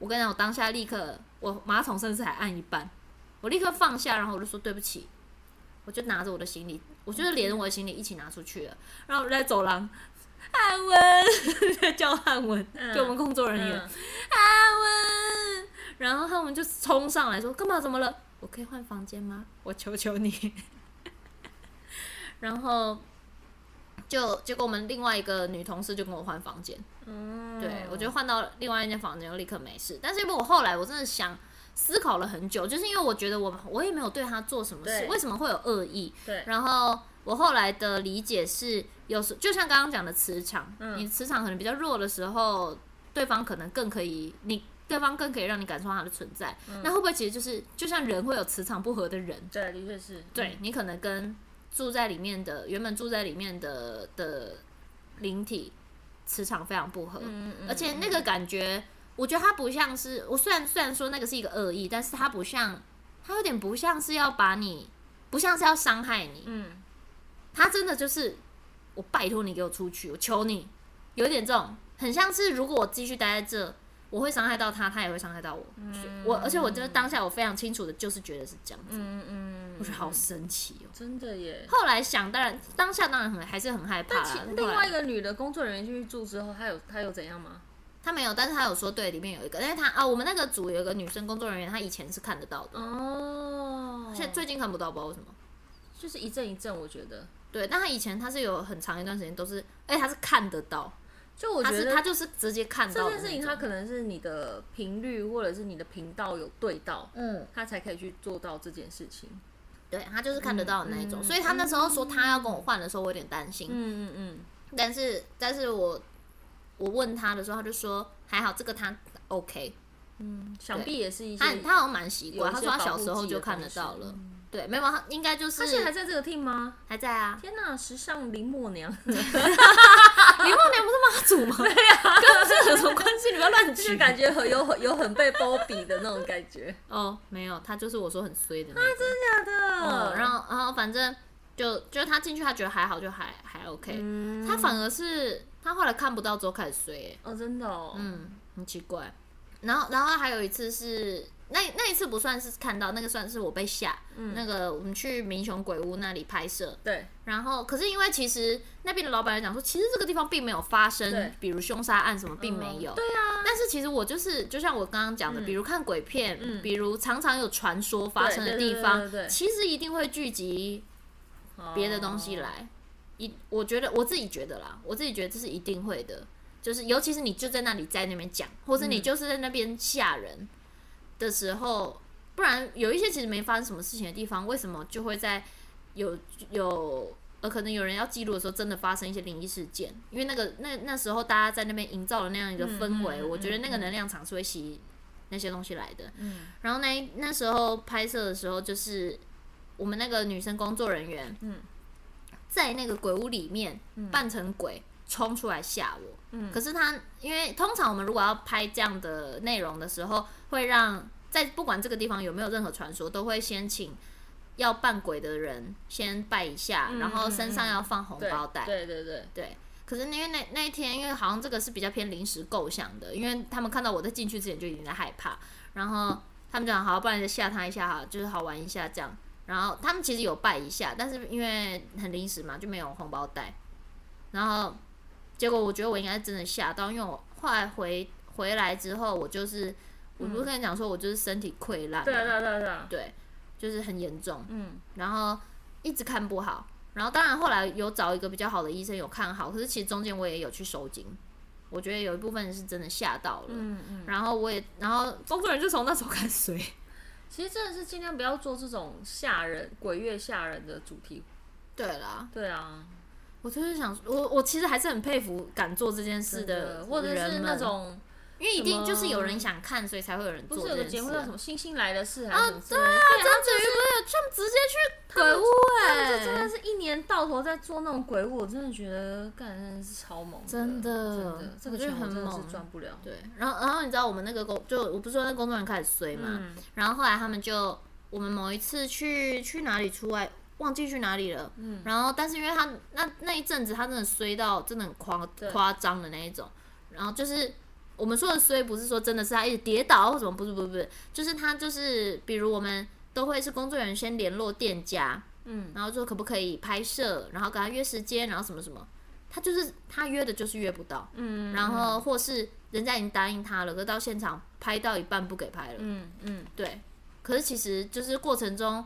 Speaker 1: 我跟你讲，我当下立刻，我马桶甚至还按一半，我立刻放下，然后我就说对不起，我就拿着我的行李，我就是连我的行李一起拿出去了，然后我在走廊。汉文 [laughs] 叫汉文，
Speaker 2: 嗯
Speaker 1: 就我们工作人员，
Speaker 2: 嗯
Speaker 1: 阿文，然后他们就冲上来说：“干嘛？怎么了？我可以换房间吗？我求求你。” [laughs] 然后就结果我们另外一个女同事就跟我换房间，
Speaker 2: 嗯，
Speaker 1: 对我就换到另外一间房间，就立刻没事。但是因为我后来我真的想思考了很久，就是因为我觉得我我也没有对他做什么事，
Speaker 2: 对
Speaker 1: 为什么会有恶意？
Speaker 2: 对
Speaker 1: 然后我后来的理解是，有时就像刚刚讲的磁场，
Speaker 2: 嗯
Speaker 1: 你磁场可能比较弱的时候，对方可能更可以你。对方更可以让你感受到他的存在，
Speaker 2: 嗯
Speaker 1: 那会不会其实就是就像人会有磁场不合的人，
Speaker 2: 对，的确是，
Speaker 1: 对你可能跟住在里面的原本住在里面的的灵体磁场非常不合，
Speaker 2: 嗯嗯
Speaker 1: 而且那个感觉，我觉得它不像是我虽然虽然说那个是一个恶意，但是它不像，它有点不像是要把你，不像是要伤害你，
Speaker 2: 嗯，
Speaker 1: 他真的就是我拜托你给我出去，我求你，有一点这种，很像是如果我继续待在这，我会伤害到他，他也会伤害到我。
Speaker 2: 嗯
Speaker 1: 我而且我就是当下我非常清楚的，就是觉得是这样子，
Speaker 2: 嗯嗯，
Speaker 1: 我觉得好神奇哦。
Speaker 2: 真的耶。
Speaker 1: 后来想，当然当下当然很还是很害怕
Speaker 2: 但
Speaker 1: 啦
Speaker 2: 其
Speaker 1: 但
Speaker 2: 另
Speaker 1: 后
Speaker 2: 外
Speaker 1: 来
Speaker 2: 一个女的工作人员进去住之后，她有她有怎样吗？
Speaker 1: 他没有，但是他有说对，里面有一个，但是他啊，我们那个组有一个女生工作人员，她以前是看得到的，
Speaker 2: 哦，
Speaker 1: 现在最近看不到，不知道为什么。
Speaker 2: 就是一阵一阵，我觉得，
Speaker 1: 对，但她以前她是有很长一段时间都是，哎，她是看得到，
Speaker 2: 就我
Speaker 1: 她
Speaker 2: 觉
Speaker 1: 是
Speaker 2: 得
Speaker 1: 她就是直接看到
Speaker 2: 这
Speaker 1: 的
Speaker 2: 件事情，
Speaker 1: 那
Speaker 2: 它
Speaker 1: 种
Speaker 2: 可能是你的频率或者是你的频道有对到，
Speaker 1: 嗯，
Speaker 2: 它才可以去做到这件事情。
Speaker 1: 对他就是看得到的那一种，
Speaker 2: 嗯
Speaker 1: 所以他那时候说他要跟我换的时候，我有点担心。
Speaker 2: 嗯嗯嗯，
Speaker 1: 但是，但是我我问他的时候，他就说还好，这个他 OK，
Speaker 2: 嗯想必也是一些
Speaker 1: 他很他好像蛮习惯，
Speaker 2: 有
Speaker 1: 他
Speaker 2: 一些
Speaker 1: 说他小
Speaker 2: 保护
Speaker 1: 时候
Speaker 2: 剂
Speaker 1: 就
Speaker 2: 的
Speaker 1: 看
Speaker 2: 方
Speaker 1: 得到
Speaker 2: 式
Speaker 1: 了。对，没有，他应该就是
Speaker 2: 他现在还在这个 team 吗？
Speaker 1: 还在啊。
Speaker 2: 天哪，时尚林默 [laughs] 娘，
Speaker 1: 林默啊娘不是妈祖吗？对呀、跟这有什么关系？你不要
Speaker 2: [laughs]
Speaker 1: 乱
Speaker 2: 就是
Speaker 1: 举。
Speaker 2: 感觉很有很有很被包庇的那种感觉。
Speaker 1: 哦，没有，他就是我说很衰的那个。
Speaker 2: 啊真的
Speaker 1: 哦，然后，然后反正就就他进去，他觉得还好，就还还 OK、
Speaker 2: 嗯
Speaker 1: 他反而是他后来看不到之后开始衰、欸。
Speaker 2: 哦，真的哦，
Speaker 1: 嗯，很奇怪。然后，然后还有一次是那那一次不算是看到，那个算是我被吓。
Speaker 2: 嗯
Speaker 1: 那个我们去民雄鬼屋那里拍摄，
Speaker 2: 对，
Speaker 1: 然后可是因为其实那边的老板也讲说，其实这个地方并没有发生
Speaker 2: 对，
Speaker 1: 比如凶杀案什么并没有。
Speaker 2: 嗯对啊，嗯
Speaker 1: 但是其实我就是，就像我刚刚讲的，比如看鬼片，比如常常有传说发生的
Speaker 2: 对对
Speaker 1: 地
Speaker 2: 对
Speaker 1: 方，
Speaker 2: 对对对
Speaker 1: 其实一定会聚集别的东西
Speaker 2: 哦
Speaker 1: 来。一，我觉得我自己觉得啦，我自己觉得这是一定会的，就是尤其是你就在那里在那边讲，或是
Speaker 2: 嗯
Speaker 1: 你就是在那边吓人的时候，不然有一些其实没发生什么事情的地方，为什么就会在有有呃可能有人要记录的时候，真的发生一些灵异事件？因为那个那那时候大家在那边营造了那样一个氛围，
Speaker 2: 嗯嗯
Speaker 1: 我觉得那个能量场是会吸那些东西来的。
Speaker 2: 嗯
Speaker 1: 然后那那时候拍摄的时候，就是我们那个女生工作人员，
Speaker 2: 嗯
Speaker 1: 在那个鬼屋里面扮成鬼冲出来吓我。
Speaker 2: 嗯
Speaker 1: 可是他因为通常我们如果要拍这样的内容的时候，会让在不管这个地方有没有任何传说，都会先请要扮鬼的人来拜一下，
Speaker 2: 嗯
Speaker 1: 然后身上要放红
Speaker 2: 对
Speaker 1: 包袋。
Speaker 2: 对对对，
Speaker 1: 对，可是因为那那一天，因为好像这个是比较偏临时构想的，因为他们看到我在进去之前就已经在害怕，然后他们讲好，不然就吓他一下哈，就是好玩一下这样。然后他们其实有拜一下，但是因为很临时嘛，就没有红包袋。然后结果我觉得我应该是真的吓到，因为我后来回回来之后，我就是我不是跟你讲说，我就是身体溃烂嘛，
Speaker 2: 对啊对啊对啊对啊，
Speaker 1: 对，就是很严重。
Speaker 2: 嗯，
Speaker 1: 然后一直看不好，然后当然后来有找一个比较好的医生有看好，可是其实中间我也有去收紧，我觉得有一部分是真的吓到了，
Speaker 2: 嗯嗯。
Speaker 1: 然后我也然后工作人员就从那时候开始随，
Speaker 2: 其实真的是尽量不要做这种吓人、鬼月吓人的主题。
Speaker 1: 对啦，
Speaker 2: 对啊，
Speaker 1: 我就是想我我其实还是很佩服敢做这件事
Speaker 2: 是
Speaker 1: 的
Speaker 2: 或者是
Speaker 1: 人
Speaker 2: 那
Speaker 1: 们，
Speaker 2: 种
Speaker 1: 因为一定就是有
Speaker 2: 什
Speaker 1: 人
Speaker 2: 么
Speaker 1: 想看，所以才会有人
Speaker 2: 不
Speaker 1: 做
Speaker 2: 是
Speaker 1: 这
Speaker 2: 有个
Speaker 1: 件事、
Speaker 2: 节目叫什么《星星来的事》还
Speaker 1: 啊
Speaker 2: 是什么之类的？对
Speaker 1: 张子瑜不是他们直接去鬼屋哎、
Speaker 2: 这真的是一年到头在做那种鬼屋，我真的觉得干真的是超猛的，
Speaker 1: 真的
Speaker 2: 真的，这
Speaker 1: 我
Speaker 2: 个
Speaker 1: 觉得
Speaker 2: 钱我
Speaker 1: 很
Speaker 2: 真的是
Speaker 1: 猛
Speaker 2: 赚不了。
Speaker 1: 对，然后然后你知道我们那个工就我不是说那工作人员开始衰嘛，
Speaker 2: 嗯
Speaker 1: 然后后来他们就我们某一次去去哪里出外，忘记去哪里了。嗯，然后但是因为他那那一阵子他真的衰到真的很夸夸张的那一种，然后就是。我们说的衰不是说真的是他一直跌倒或什么，不是不是不是，就是他就是比如我们都会是工作人员先联络店家，
Speaker 2: 嗯，
Speaker 1: 然后说可不可以拍摄，然后跟他约时间，然后什么什么，他就是他约的就是约不到，
Speaker 2: 嗯，
Speaker 1: 然后或是人家已经答应他了，可是到现场拍到一半不给拍了，
Speaker 2: 嗯嗯，
Speaker 1: 对，可是其实就是过程中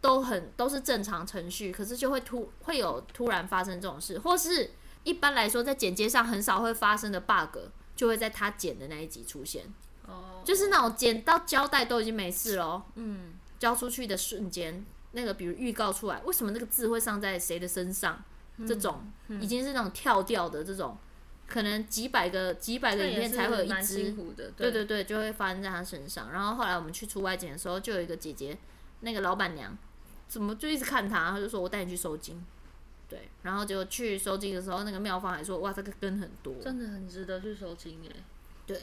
Speaker 1: 都很都是正常程序，可是就会突会有突然发生这种事，或是一般来说在剪接上很少会发生的 bug，就会在他剪的那一集出现，
Speaker 2: 哦，
Speaker 1: 就是那种剪到胶带都已经没事喽，
Speaker 2: 嗯，
Speaker 1: 交出去的瞬间，那个比如预告出来，为什么那个字会上在谁的身上？
Speaker 2: 嗯
Speaker 1: 这种、已经是那种跳掉的这种，可能几百个几百
Speaker 2: 那
Speaker 1: 个影
Speaker 2: 也
Speaker 1: 片才
Speaker 2: 是
Speaker 1: 会有一
Speaker 2: 蛮
Speaker 1: 只
Speaker 2: 辛苦的，
Speaker 1: 对对对，就会发生在他身上。然后后来我们去出外景的时候，就有一个姐姐，那个老板娘，怎么就一直看他，他就说我带你去收金，对，然后结果去收金的时候，那个妙方还说哇这个根很多，
Speaker 2: 真的很值得去收金哎。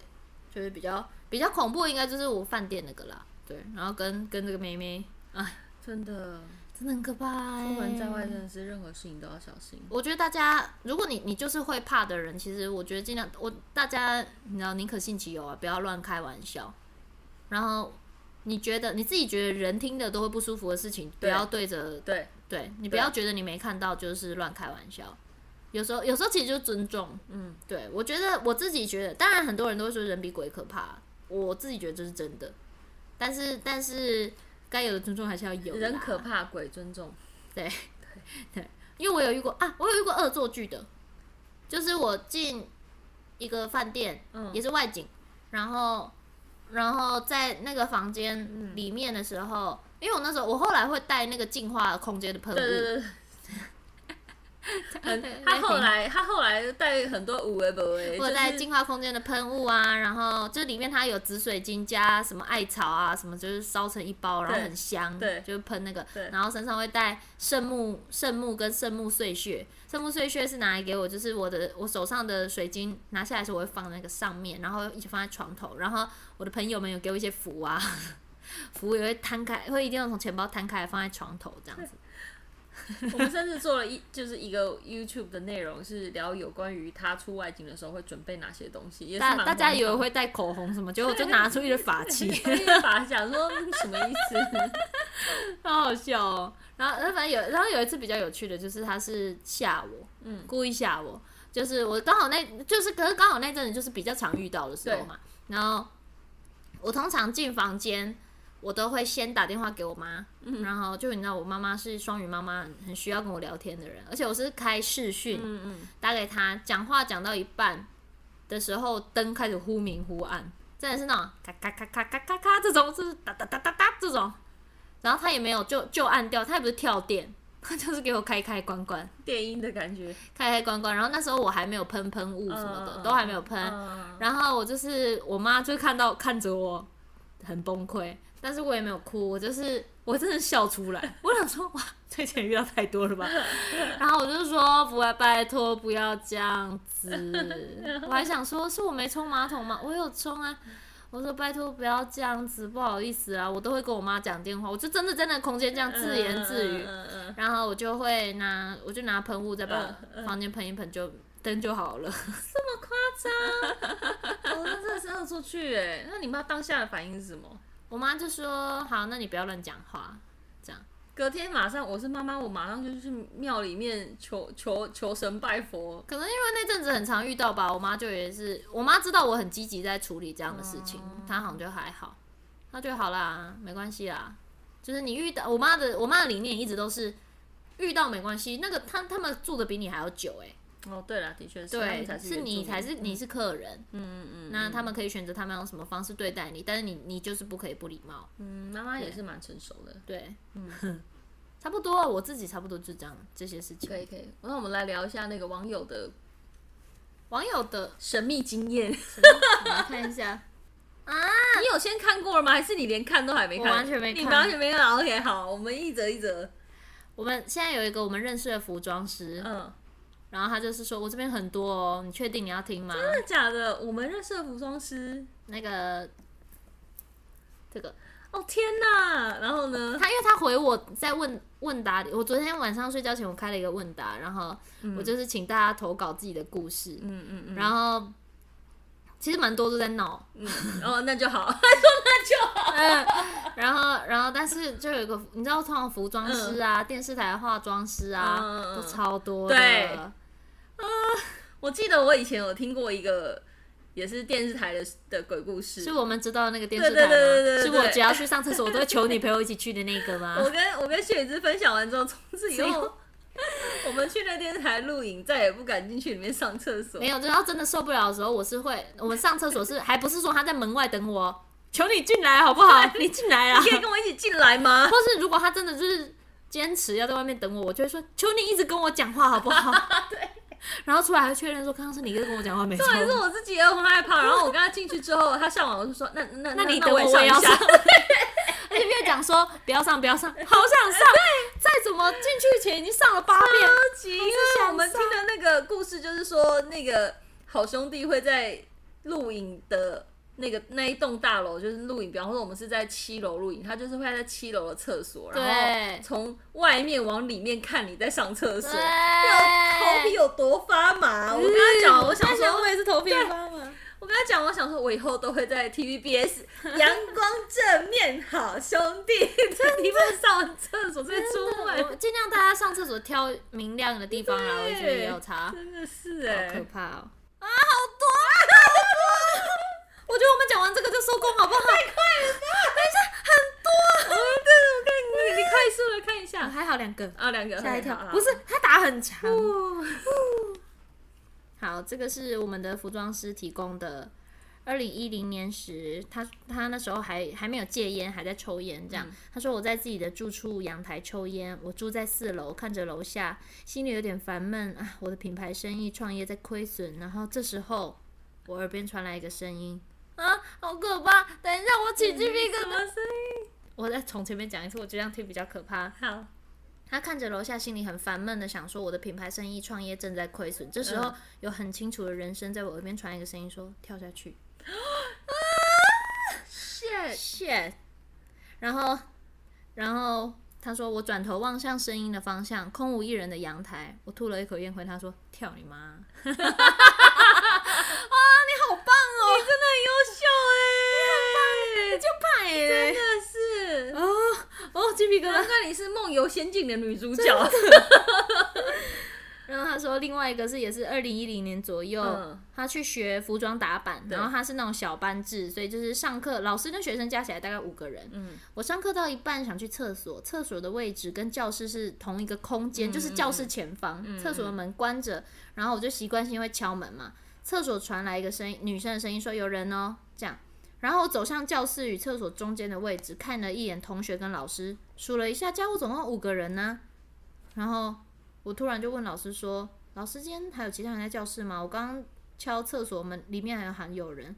Speaker 1: 就是比较比较恐怖，应该就是我饭店那个啦，对，然后跟跟这个妹妹，哎，
Speaker 2: 真的，
Speaker 1: 真的很可怕、欸，
Speaker 2: 出门在外真的是任何事情都要小心。
Speaker 1: 我觉得大家，如果你你就是会怕的人，其实我觉得尽量我大家，你知道宁可信其有啊，不要乱开玩笑。然后你觉得你自己觉得人听的都会不舒服的事情，不
Speaker 2: 对
Speaker 1: 要对着
Speaker 2: 对，
Speaker 1: 对你不
Speaker 2: 对
Speaker 1: 要觉得你没看到就是乱开玩笑。有时候有时候其实就尊重，
Speaker 2: 嗯，
Speaker 1: 对我觉得我自己觉得，当然很多人都会说人比鬼可怕，我自己觉得这是真的。但是但是该有的尊重还是要有啦，
Speaker 2: 人可怕鬼尊重，
Speaker 1: 因为我有遇过啊，我有遇过恶作剧的，就是我进一个饭店，
Speaker 2: 嗯
Speaker 1: 也是外景，然后然后在那个房
Speaker 2: 嗯
Speaker 1: 间里面的时候，因为我那时候我后来会带那个净化空间的喷雾，[laughs]
Speaker 2: 对对对。很，他后来他后来带很多五维博维，
Speaker 1: 我在
Speaker 2: 就是
Speaker 1: 净化空间的喷雾啊，然后就里面它有紫水晶加什么艾草啊，什么就是烧成一包，然后
Speaker 2: 对
Speaker 1: 很香，
Speaker 2: 对
Speaker 1: 就是喷那个
Speaker 2: 对，
Speaker 1: 然后身上会带圣木、圣木跟圣木碎屑，圣木碎屑是拿来给我，就是我的我手上的水晶拿下来的时候，我会放那个上面，然后一起放在床头，然后我的朋友们有给我一些符啊， [laughs] 符也会摊开，会一定要从钱包摊开来放在床头这样子，
Speaker 2: 我们甚至做了一就是一个 YouTube 的内容，是聊有关于他出外景的时候会准备哪些东西，也是
Speaker 1: 大
Speaker 2: 蛮
Speaker 1: 大家以为
Speaker 2: 荒
Speaker 1: 会带口红什么，结果就拿出一个法器。
Speaker 2: 唐的 [laughs] 法想说嗯什么意
Speaker 1: [laughs]
Speaker 2: 思？
Speaker 1: 好好笑哦。然后反正有，然后有一次比较有趣的就是他是吓我，嗯，故意吓我，就是我刚好那，就是可是刚好那阵子就是比较常遇到的时候嘛。然后我通常进房间，我都会先打电话给我妈，然后就你知道我妈妈是双语妈妈，很需要跟我聊天的人，而且我是开视讯，
Speaker 2: 嗯嗯，
Speaker 1: 打给他，讲话讲到一半的时候，灯开始忽明忽暗，真的是那种咔咔咔咔咔咔咔这种，就是哒哒哒哒哒这种。然后他也没有就就按掉，他也不是跳电，他就是给我开开关关，
Speaker 2: 电音的感觉，
Speaker 1: 开开关关。然后那时候我还没有喷喷雾什么的，
Speaker 2: 嗯
Speaker 1: 都还没有喷。
Speaker 2: 嗯
Speaker 1: 然后我就是我妈就看到看着我很崩溃，但是我也没有哭，我就是我真的笑出来。我想说哇，最近遇到太多
Speaker 2: [laughs]
Speaker 1: 了吧？然后我就说不要，拜托不要这样
Speaker 2: [laughs]
Speaker 1: 子。我还想说是我没冲马桶吗？我有冲啊。我说拜托不要这样子，不好意思啊，我都会跟我妈讲电话，我就真的在那个空间这样自言自语，
Speaker 2: 嗯嗯
Speaker 1: 然后我就会拿，我就拿喷雾再把
Speaker 2: 嗯嗯
Speaker 1: 房间喷一喷就，灯就好了。
Speaker 2: 嗯，哦，那真的是恶作剧哎。那你妈当下的反应是什么？
Speaker 1: 我妈就说：“好，那你不要乱讲话。”这样，
Speaker 2: 隔天马上，我是妈妈，我马上就去庙里面求求求神拜佛。
Speaker 1: 可能因为那阵子很常遇到吧，我妈就也是，我妈知道我很积极在处理这样的事情，
Speaker 2: 嗯
Speaker 1: 她好像就还好，她就好啦，没关系啦。就是你遇到我妈的，我妈的理念一直都是遇到没关系。那个她他们住的比你还要久、欸，
Speaker 2: 哦，对了，的确是，他们
Speaker 1: 对，
Speaker 2: 才是
Speaker 1: 是
Speaker 2: 原住
Speaker 1: 你
Speaker 2: 民
Speaker 1: 才是你是客人，
Speaker 2: 嗯嗯嗯。
Speaker 1: 那他们可以选择他们用什么方式对待你，但是你你就是不可以不礼貌。
Speaker 2: 嗯，妈妈也是蛮成熟的。
Speaker 1: 对，嗯， [laughs] 差不多，我自己差不多就这样这些事情
Speaker 2: 可。以可以，那我们来聊一下那个网友的
Speaker 1: 网友的
Speaker 2: 神秘经 [laughs] 验。你
Speaker 1: 我来看一下，
Speaker 2: 有先看过了吗？还是你连看都还没看？
Speaker 1: 我完全没
Speaker 2: 你
Speaker 1: 看
Speaker 2: 完全没看。OK，好，我们一则一则。
Speaker 1: 我们现在有一个我们认识的服装师，
Speaker 2: 嗯，
Speaker 1: 然后他就是说我这边很多哦，你确定你要听
Speaker 2: [laughs]
Speaker 1: 吗？
Speaker 2: 真的假的？我们认识的服装师。
Speaker 1: 那个这个，
Speaker 2: 哦天哪！然后呢？
Speaker 1: 他因为他回我在问问答里，我昨天晚上睡觉前我开了一个问答，然后我就是请大家投稿自己的故事，
Speaker 2: 嗯嗯嗯。
Speaker 1: 然后其实蛮多都在
Speaker 2: [laughs]
Speaker 1: 闹，
Speaker 2: 哦，那就好。
Speaker 1: 然后然后但是就有一个你知道，通常服装师啊、电视台的化妆师啊、
Speaker 2: 嗯嗯嗯
Speaker 1: 都超多的，
Speaker 2: 对我记得我以前有听过一个，也是电视台的的鬼故事。
Speaker 1: 是我们知道的那个电视台吗？
Speaker 2: 对对对对对
Speaker 1: 是
Speaker 2: 对
Speaker 1: 我只要去上厕所，我都会求你陪我一起去的那个吗？
Speaker 2: 我跟我跟谢雨之分享完之后，从此以
Speaker 1: 只
Speaker 2: 后
Speaker 1: 有，
Speaker 2: 我们去那电视台录影，再也不敢进去里面上厕所
Speaker 1: 没。有，就是要真的受不了的时候，我是会，我们上厕所是还不是说他在门外等我，哦求你进来好不好？你进来啊！
Speaker 2: [laughs] 你可以
Speaker 1: 或
Speaker 2: 跟我一起进来
Speaker 1: [laughs]
Speaker 2: 吗？
Speaker 1: 是如果他真的就是坚持要在外面等我，我就会说求你一直跟我讲话好不
Speaker 2: [laughs]
Speaker 1: 好？然后出来还确认说刚刚是你在跟我讲话没错
Speaker 2: 重。点是我自己也很害怕。然后我跟他进去之后，他上网我就说：“那那
Speaker 1: 那你
Speaker 2: 那
Speaker 1: 等我
Speaker 2: 我也
Speaker 1: 我也
Speaker 2: 上
Speaker 1: 要
Speaker 2: 一下。”
Speaker 1: 上而且越讲说不要上不要上，好想上，再怎么进去前已经上了八遍，
Speaker 2: 超级，因为
Speaker 1: 想
Speaker 2: 啊我们听的那个故事就是说，那个好兄弟会在录影的那个那一栋大楼，就是录影，比方说我们是在七楼录影，他就是会在七楼的厕所，然
Speaker 1: 对
Speaker 2: 后从外面往里面看你在上厕所，
Speaker 1: 对嗯
Speaker 2: 要头皮有多发麻。我跟他讲，我想说，
Speaker 1: 我也是头皮发麻。
Speaker 2: 我跟他讲，我想说，我以后都会在
Speaker 1: [laughs]
Speaker 2: TVBS 阳光正面好兄弟这地方上厕所，再出门，
Speaker 1: 我尽量大家上厕所挑明亮的地方啦，我
Speaker 2: 对
Speaker 1: 觉得也有差，好
Speaker 2: 真的是哎、
Speaker 1: 可怕哦！啊，好多啊！ [laughs] 我觉得我们讲完这个就收工好不好？
Speaker 2: 你你快速哦的看一
Speaker 1: 啊
Speaker 2: 下
Speaker 1: 还好两个，
Speaker 2: 啊，两个
Speaker 1: 吓一跳
Speaker 2: 好好，好
Speaker 1: 不是他打很长。
Speaker 2: 哦
Speaker 1: 好，这个是我们的服装师提供的。二零一零年时，他他那时候还还没有戒烟，还在抽烟。这样，他说我在自己的住处阳台抽烟，我住在四楼，看着楼下，心里有点烦闷啊。我的品牌生意创业在亏损，然后这时候我耳边传来一个声音啊，好可怕！等一下我起鸡皮
Speaker 2: 什
Speaker 1: 疙
Speaker 2: 么
Speaker 1: 瘩。
Speaker 2: 声音？
Speaker 1: 我再从前面讲一次，我觉得这样听比较可怕。
Speaker 2: 好，
Speaker 1: 他看着楼下，心里很烦闷的想说：“我的品牌生意创业正在亏损。”这时候
Speaker 2: 嗯
Speaker 1: 有很清楚的人声在我耳边传一个声音说：“跳下去
Speaker 2: 谢
Speaker 1: ！”shit。然后，然后他说：“我转头望向声音的方向，空无一人的阳台。”我吐了一口烟灰，他说：“跳你妈！”啊，你好棒哦！你真的很优秀哎、你就怕哎、
Speaker 2: 真的是，
Speaker 1: 哦哦，鸡皮疙瘩
Speaker 2: 难。怪你是梦游仙境的女主角。
Speaker 1: 然后他说，另外一个是也是二零一零年左右，
Speaker 2: 嗯
Speaker 1: 他去学服装打扮，然后他是那种小班制，所以就是上课老师跟学生加起来大概五个人。
Speaker 2: 嗯，
Speaker 1: 我上课到一半想去厕所，厕所的位置跟教室是同一个空间，就是教室前方，厕所的门关着，然后我就习惯性会敲门嘛。厕所传来一个声音，女生的声音说有人哦，这样。然后我走向教室与厕所中间的位置，看了一眼同学跟老师，数了一下，家伙总共五个人呢、然后我突然就问老师说：“老师，今天还有其他人在教室吗？我刚刚敲厕所门，里面还有喊有人。”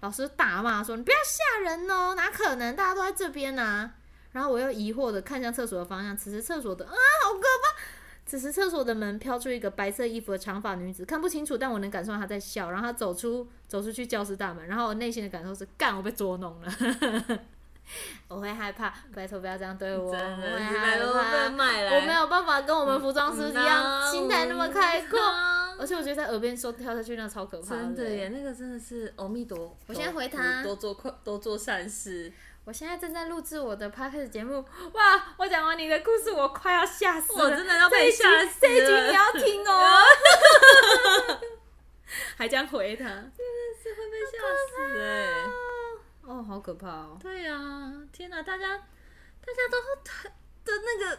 Speaker 1: 老师大骂说：“你不要吓人哦，哪可能？大家都在这边呢、然后我又疑惑的看向厕所的方向，此时厕所的啊，好可怕！此时厕所的门飘出一个白色衣服的长发女子，看不清楚，但我能感受到她在笑。然后她走出走出去教室大门，然后我内心的感受是：干，我被捉弄了。 [laughs] 我会害怕，拜托不要这样对我，
Speaker 2: 真
Speaker 1: 我
Speaker 2: 的
Speaker 1: 会
Speaker 2: 是
Speaker 1: 害
Speaker 2: 拜托
Speaker 1: 怕
Speaker 2: 被卖来，
Speaker 1: 嗯我没有办法跟我们服装师一样
Speaker 2: 嗯
Speaker 1: 心态那么开阔，
Speaker 2: 嗯
Speaker 1: 而且我觉得在耳边说跳下去那超可怕
Speaker 2: 真的耶，那个真的是阿弥陀佛。
Speaker 1: 我先回他
Speaker 2: 多做快，多做善事。
Speaker 1: 我现在正在录制我的 podcast 节目，哇！我讲完你的故事，我快要吓死了，
Speaker 2: 我真的要被
Speaker 1: 这一集
Speaker 2: 吓死
Speaker 1: 这一集
Speaker 2: 了
Speaker 1: 你要听哦，
Speaker 2: [laughs]
Speaker 1: 还这样回他，
Speaker 2: 这会被吓死哎！
Speaker 1: 哦，好可怕哦！
Speaker 2: 对啊，天哪，大家大家都很的那个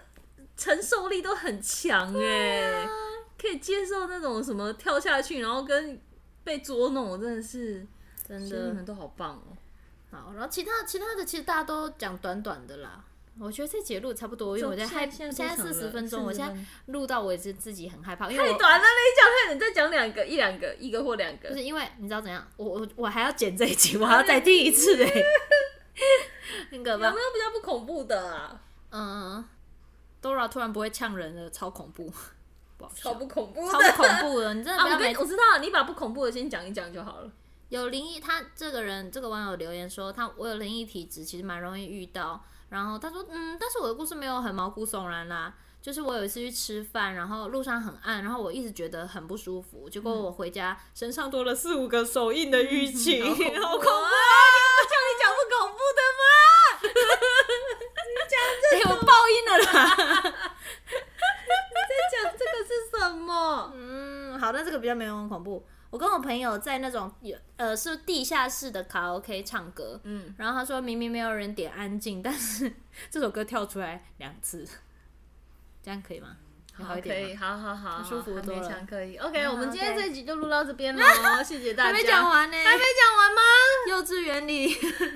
Speaker 2: 承受力都很强哎、可以接受那种什么跳下去，然后跟被捉弄，我真的是，
Speaker 1: 真
Speaker 2: 觉得你们都好棒哦、
Speaker 1: 好，然后其他其他的其实大家都讲短短的啦。我觉得这节录得差不多，因为我在害
Speaker 2: 现在
Speaker 1: 现在
Speaker 2: 现
Speaker 1: 四
Speaker 2: 在多长
Speaker 1: 十
Speaker 2: 了
Speaker 1: 分钟，
Speaker 2: 40
Speaker 1: 我现在
Speaker 2: 分
Speaker 1: 录到我也是自己很害怕，因为
Speaker 2: 太
Speaker 1: 我
Speaker 2: 短了，你讲太，你再讲两个，一两个，一个或两
Speaker 1: 不
Speaker 2: 个，
Speaker 1: 是因为你知道怎样，我我我还要剪这一集，我还要再听一次
Speaker 2: [laughs]
Speaker 1: 哎、很可
Speaker 2: 有没有
Speaker 1: 怕。
Speaker 2: 比较不恐怖的啊？
Speaker 1: 嗯，Dora 突然不会呛人了，超恐怖，不好笑，
Speaker 2: 超不恐怖
Speaker 1: 超
Speaker 2: 的。
Speaker 1: 恐怖的，你真的
Speaker 2: [laughs] 啊，
Speaker 1: 不
Speaker 2: 我
Speaker 1: 要
Speaker 2: 跟
Speaker 1: 每
Speaker 2: 我知道，你把不恐怖的先讲一讲就好了。
Speaker 1: 有灵异，他这个人，这个网友留言说，他我有灵异体质，其实蛮容易遇到。然后他说，嗯，但是我的故事没有很毛骨悚然啦。就是我有一次去吃饭，然后路上很暗，然后我一直觉得很不舒服，结果
Speaker 2: 嗯
Speaker 1: 我回家身上多了四五个手印
Speaker 2: [laughs]
Speaker 1: 的淤青，
Speaker 2: [laughs] 好恐怖啊
Speaker 1: [laughs] 好恐怖啊！叫你讲不恐怖的吗？你哎讲这、我报应了啦。
Speaker 2: 讲这个是 [laughs] 什么？
Speaker 1: 嗯，好，那这个比较没有很恐怖。我跟我朋友在那种有呃是地下室的卡拉 OK 唱歌，
Speaker 2: 嗯，
Speaker 1: 然后他说明明没有人点安静，但是 [laughs] 这首歌跳出来两次，这样可以吗？有好
Speaker 2: 好，
Speaker 1: 一
Speaker 2: 可
Speaker 1: 点
Speaker 2: 以，
Speaker 1: 吗，
Speaker 2: 好好好，
Speaker 1: 舒服
Speaker 2: 好
Speaker 1: 多
Speaker 2: 勉
Speaker 1: 了
Speaker 2: 强可 [laughs] 以。OK，
Speaker 1: 嗯
Speaker 2: 我们今天
Speaker 1: OK
Speaker 2: 这一集就录到这边 [laughs] 喽，谢谢大家。
Speaker 1: 还没讲，完呢、
Speaker 2: 还没讲完吗？
Speaker 1: 幼稚园里，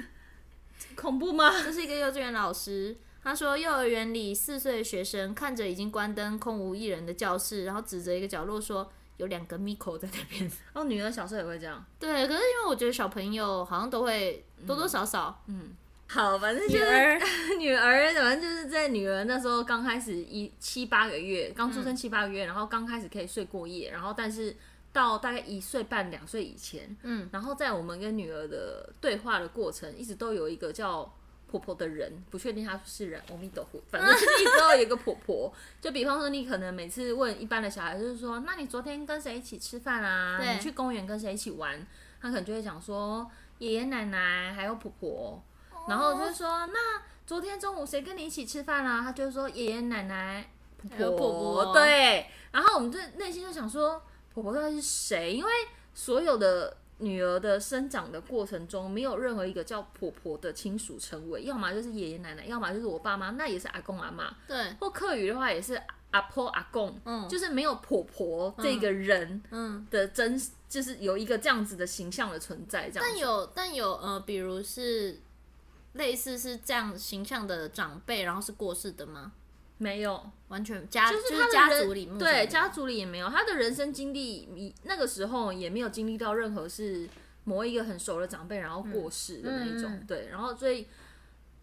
Speaker 2: [laughs]
Speaker 1: [laughs]
Speaker 2: 恐怖吗？ [laughs]
Speaker 1: 这是一个幼稚园老师。他说，幼儿园里四岁的学生看着已经关灯、空无一人的教室，然后指着一个角落说：“有两个 Miko 在那边。” [laughs]
Speaker 2: 哦，女儿小时候也会这样，
Speaker 1: 对，可是因为我觉得小朋友好像都会多多少少，
Speaker 2: 嗯， [laughs] 好，反正就
Speaker 1: 女
Speaker 2: 是
Speaker 1: 儿
Speaker 2: [laughs] 女儿，反正就是在女儿那时候刚开始一七八个月，刚出生七八个月，然后刚开始可以睡过夜，然后但是到大概一岁半两岁以前，
Speaker 1: 嗯，
Speaker 2: 然后在我们跟女儿的对话的过程，一直都有一个叫婆婆的人，不确定她是人，阿弥陀佛，反正就是一直都有一个婆婆。就比方说，你可能每次问一般的小孩，就是说，那你昨天跟谁一起吃饭啊？
Speaker 1: 对
Speaker 2: 你去公园跟谁一起玩？他可能就会讲说，爷爷奶奶还有婆婆。然后
Speaker 1: 哦
Speaker 2: 就说，那昨天中午谁跟你一起吃饭啦、啊他就说爷爷奶奶、
Speaker 1: 还有
Speaker 2: 婆
Speaker 1: 婆婆
Speaker 2: 对。然后我们就内心就想说，婆婆到底是谁？因为所有的女儿的生长的过程中，没有任何一个叫婆婆的亲属称谓，要么就是爷爷奶奶，要么就是我爸妈，那也是阿公阿妈，
Speaker 1: 对，
Speaker 2: 或客语的话也是阿婆阿公，
Speaker 1: 嗯，
Speaker 2: 就是没有婆婆这个人
Speaker 1: 嗯，
Speaker 2: 的真，就是有一个这样子的形象的存在，这样
Speaker 1: 但
Speaker 2: 子。
Speaker 1: 有但有呃，比如是类似是这样形象的长辈，然后是过世的吗？
Speaker 2: 没有，
Speaker 1: 完全家
Speaker 2: 就
Speaker 1: 就是是
Speaker 2: 他的
Speaker 1: 家
Speaker 2: 人
Speaker 1: 族里目前没
Speaker 2: 对
Speaker 1: 有
Speaker 2: 家族里也没有他的人生经历，你那个时候也没有经历到任何是某一个很熟的长辈然后过世的那一种，
Speaker 1: 嗯嗯嗯嗯
Speaker 2: 对，然后所以。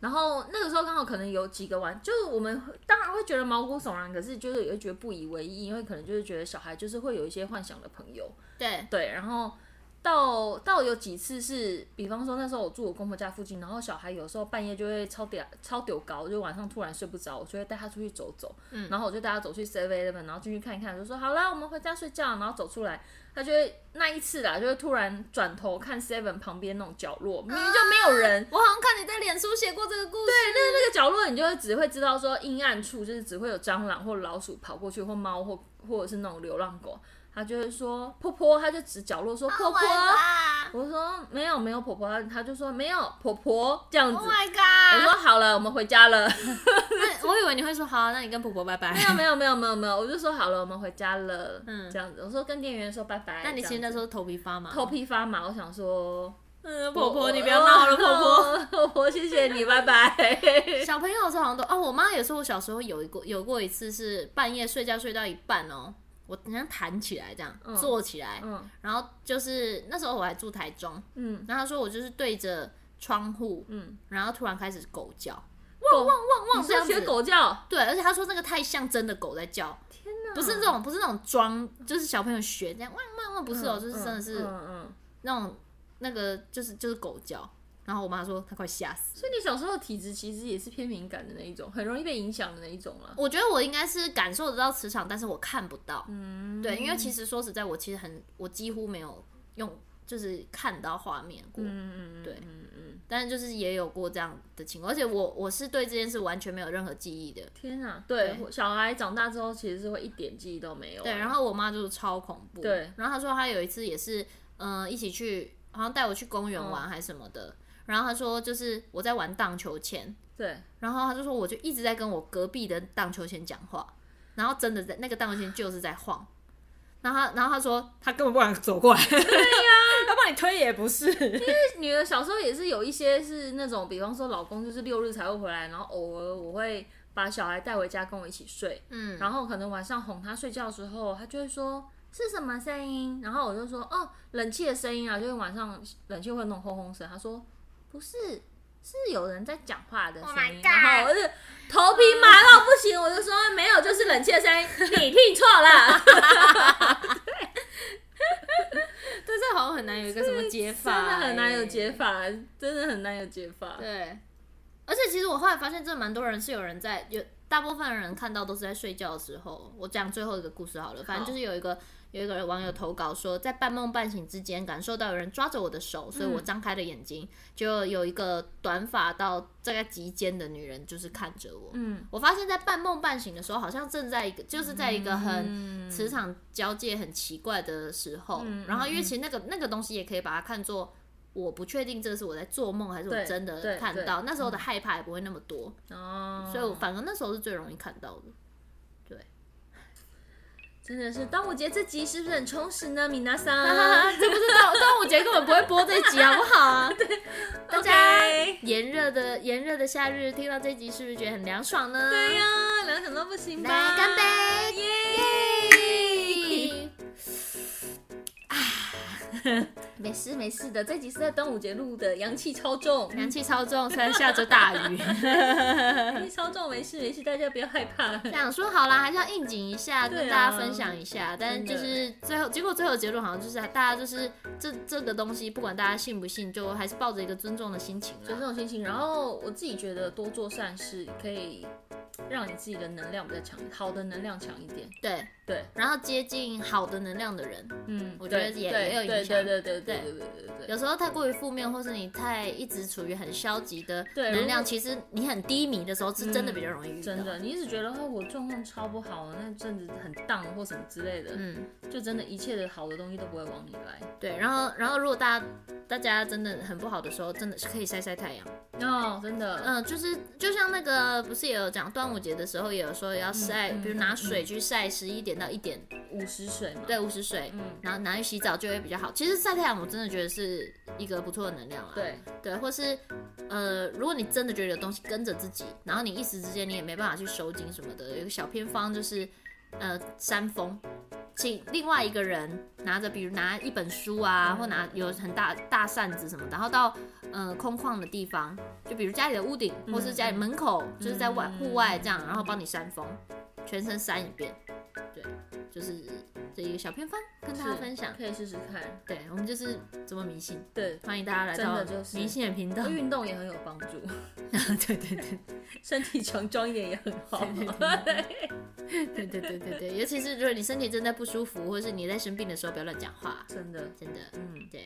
Speaker 2: 然后那个时候刚好可能有几个玩，就是我们会当然会觉得毛骨悚然，可是就是也会觉得不以为意，因为可能就是觉得小孩就是会有一些幻想的朋友，
Speaker 1: 对
Speaker 2: 对，然后到到有几次是，比方说那时候我住我公婆家附近，然后小孩有时候半夜就会超屌超丢高，就晚上突然睡不着，我就会带他出去走走，
Speaker 1: 嗯
Speaker 2: 然后我就带他走去 Seven Eleven，然后进去看一看，就说好啦，我们回家睡觉，然后走出来，他就会那一次啦，就会突然转头看 Seven 旁边那种角落，明明就没有人。
Speaker 1: 我好像看你在脸书写过这个故事。
Speaker 2: 对，那那个角落，你就会只会知道说阴暗处，就是只会有蟑螂或老鼠跑过去，或猫或或者是那种流浪狗。他就会说婆婆，他就指角落说婆
Speaker 1: Oh
Speaker 2: 婆
Speaker 1: my god！
Speaker 2: 我说没有没有婆婆，她她就说没有婆婆这样子。
Speaker 1: Oh my
Speaker 2: 我
Speaker 1: god！
Speaker 2: 说好了，我们回家了。
Speaker 1: 那我以为你会说 [laughs] 好，那你跟婆婆拜拜。
Speaker 2: 没有没有没有没有没有，我就说好了，我们回家了。嗯，
Speaker 1: 嗯
Speaker 2: 这样子，我说跟店员说拜拜。
Speaker 1: 那你其实
Speaker 2: 这
Speaker 1: 那
Speaker 2: 样
Speaker 1: 时
Speaker 2: 子
Speaker 1: 候头皮发麻，
Speaker 2: 头皮发麻，我想说
Speaker 1: 嗯，婆婆你不要闹了，婆婆。
Speaker 2: 婆，婆婆谢谢你，拜拜。
Speaker 1: 小朋友的时候好像都哦，我妈也说我小时候有一过有过一次是半夜睡觉睡到一半哦，我好像弹起来这样、
Speaker 2: 嗯
Speaker 1: 坐起来，
Speaker 2: 嗯
Speaker 1: 然后就是那时候我还住台中，
Speaker 2: 嗯
Speaker 1: 然后她说我就是对着窗户，
Speaker 2: 嗯，
Speaker 1: 然后突然开始狗叫，
Speaker 2: 汪汪
Speaker 1: 汪汪
Speaker 2: 你
Speaker 1: 这
Speaker 2: 是
Speaker 1: 样
Speaker 2: 学
Speaker 1: 子。
Speaker 2: 狗叫？
Speaker 1: 对，而且她说那个太像真的狗在叫，
Speaker 2: 天啊哪，
Speaker 1: 不是那种不是那种装，就是小朋友学这样汪汪汪，不是哦，就是真的
Speaker 2: 嗯
Speaker 1: 是
Speaker 2: 嗯嗯。
Speaker 1: 那种那个就是就是狗叫。然后我妈说她快吓死了。
Speaker 2: 所以你小时候的体质其实也是偏敏感的那一种，很容易被影响的那一种啦。
Speaker 1: 我觉得我应该是感受得到磁场，但是我看不到。
Speaker 2: 嗯，
Speaker 1: 对，因为其实说实在，我其实很，我几乎没有用，就是看到画面过。
Speaker 2: 嗯嗯嗯，
Speaker 1: 对
Speaker 2: 嗯嗯，
Speaker 1: 但是就是也有过这样的情况，而且我我是对这件事完全没有任何记忆的。
Speaker 2: 天啊，对，
Speaker 1: 对
Speaker 2: 小孩长大之后其实是会一点记忆都没有啊。
Speaker 1: 对，然后我妈就是超恐怖。
Speaker 2: 对，
Speaker 1: 然后她说她有一次也是，嗯、一起去，好像带我去公园玩还是什么的。然后她说就是我在玩荡秋千，
Speaker 2: 对，
Speaker 1: 然后她就说我就一直在跟我隔壁的荡秋千讲话，然后真的在那个荡秋千就是在晃。然后她，然后她说，她根本不敢走过来。对呀、要帮你推也不是。
Speaker 2: [laughs] 女儿小时候也是有一些是那种，比方说老公就是六日才会回来，然后偶尔我会把小孩带回家跟我一起睡，
Speaker 1: 嗯，
Speaker 2: 然后可能晚上哄他睡觉的时候，他就会说是什么声音，然后我就说哦冷气的声音啊，就是晚上冷气会弄轰轰声，他说不是。是有人在讲话的声
Speaker 1: Oh
Speaker 2: 音
Speaker 1: my
Speaker 2: 然
Speaker 1: God
Speaker 2: 后我就头皮麻到不行，我就说没有，就是冷气的声音，你听错了。
Speaker 1: 但是好像很难有一个什么解法、欸
Speaker 2: 真的很难有解
Speaker 1: 法。
Speaker 2: 法，真的很难有解法。
Speaker 1: 对，而且其实我后来发现，真的蛮多人是有人在有。大部分人看到都是在睡觉的时候。我讲最后一个故事好了，反正就是有一个有一个网友投稿说，在半梦半醒之间感受到有人抓着我的手，所以我张开了眼睛，就有一个短发到大概及肩的女人就是看着我。
Speaker 2: 嗯，
Speaker 1: 我发现，在半梦半醒的时候，好像正在一个就是在一个很
Speaker 2: 嗯
Speaker 1: 磁场交界很奇怪的时候，
Speaker 2: 嗯
Speaker 1: 然后因为其实那个那个东西也可以把它看作，我不确定这是我在做梦还是
Speaker 2: 对
Speaker 1: 我真的
Speaker 2: 对
Speaker 1: 看
Speaker 2: 对
Speaker 1: 到，那时候的害怕也不会那么多，
Speaker 2: 哦，
Speaker 1: 所以我反而那时候是最容易看到的。
Speaker 2: 真的是端午节这集是不是很充实呢，米娜
Speaker 1: [laughs] 啊
Speaker 2: [laughs] 桑？，
Speaker 1: 这不是端端午节根本不会播这集好不好 [laughs] 啊？大家
Speaker 2: OK
Speaker 1: 炎热的炎热的夏日听到这集是不是觉得很凉爽 [laughs] 呢？
Speaker 2: 对呀，两想到不行吧？
Speaker 1: 来干杯
Speaker 2: 耶！
Speaker 1: 啊 [laughs] 嘿，
Speaker 2: 没事没事的，这集
Speaker 1: [laughs]
Speaker 2: 是在端午节录的，阳气超 [laughs] 重，
Speaker 1: 阳气超重，虽然下着大雨。
Speaker 2: 阳气超重，没事没事，大家不要害 [laughs] 怕。
Speaker 1: 想说好啦，还是要应景一下，
Speaker 2: 对啊
Speaker 1: 跟大家分享一下。但
Speaker 2: 真的
Speaker 1: 就是最后，结果最后结论好像就是啊大家就是这这个东西，不管大家信不信，就还是抱着一个尊重的心情
Speaker 2: 就这
Speaker 1: 啦。
Speaker 2: 种心情。然后我自己觉得多做善事可以让你自己的能量比较强，好的能量强一点。
Speaker 1: 对，
Speaker 2: 对，
Speaker 1: 然后接近好的能量的人，
Speaker 2: 嗯，
Speaker 1: 我觉得
Speaker 2: 对
Speaker 1: 也
Speaker 2: 对
Speaker 1: 也有影
Speaker 2: 对
Speaker 1: 响
Speaker 2: 对对对对
Speaker 1: 对
Speaker 2: 对对对对。
Speaker 1: 有时候太过于负面，或是你太一直处于很消极的
Speaker 2: 对
Speaker 1: 能
Speaker 2: 然后
Speaker 1: 量，其实你很低迷的时候，是真的
Speaker 2: 嗯
Speaker 1: 比较容易遇到。
Speaker 2: 真的，你一直觉得哦，我状况超不好，那阵子很荡或什么之类的，
Speaker 1: 嗯，
Speaker 2: 就真的一切的好的东西都不会往你来。
Speaker 1: 对。然后，然后如果大家大家真的很不好的时候，真的是可以晒晒太阳。
Speaker 2: 哦，真的，
Speaker 1: 嗯、就是就像那个不是也有讲端午节的时候，也有说要晒，
Speaker 2: 嗯嗯
Speaker 1: 比如拿水去晒十一点到一点，
Speaker 2: 五十水嘛。
Speaker 1: 对，五十水，
Speaker 2: 嗯
Speaker 1: 然后拿去洗澡就会比较好。其实晒太阳我真的觉得是一个不错的能量啦。
Speaker 2: 嗯对，
Speaker 1: 对，或是呃，如果你真的觉得有东西跟着自己，然后你一时之间你也没办法去收紧什么的，有一个小偏方就是呃扇风。请另外一个人拿着，比如拿一本书啊，或拿有很大大扇子什么的，然后到呃空旷的地方，就比如家里的屋顶，或是
Speaker 2: 嗯
Speaker 1: 家里门口，就是在外户外这样，然后帮你扇风，全身扇一遍，对，就是这一个小偏方跟大家
Speaker 2: 是
Speaker 1: 分享。
Speaker 2: 可以试试看。
Speaker 1: 对我们就是这么迷信，
Speaker 2: 对，
Speaker 1: 欢迎大家来
Speaker 2: 真
Speaker 1: 到
Speaker 2: 的就是
Speaker 1: 迷信的频道。
Speaker 2: 运动也很有帮助， [laughs]
Speaker 1: [laughs] 对对对
Speaker 2: 身体强壮一点也很好。
Speaker 1: 对对对对对，尤其是如果你身体真的不舒服，或是你在生病的时候，不要乱讲话，
Speaker 2: [laughs] 真的，
Speaker 1: 真的，
Speaker 2: 嗯，
Speaker 1: 对。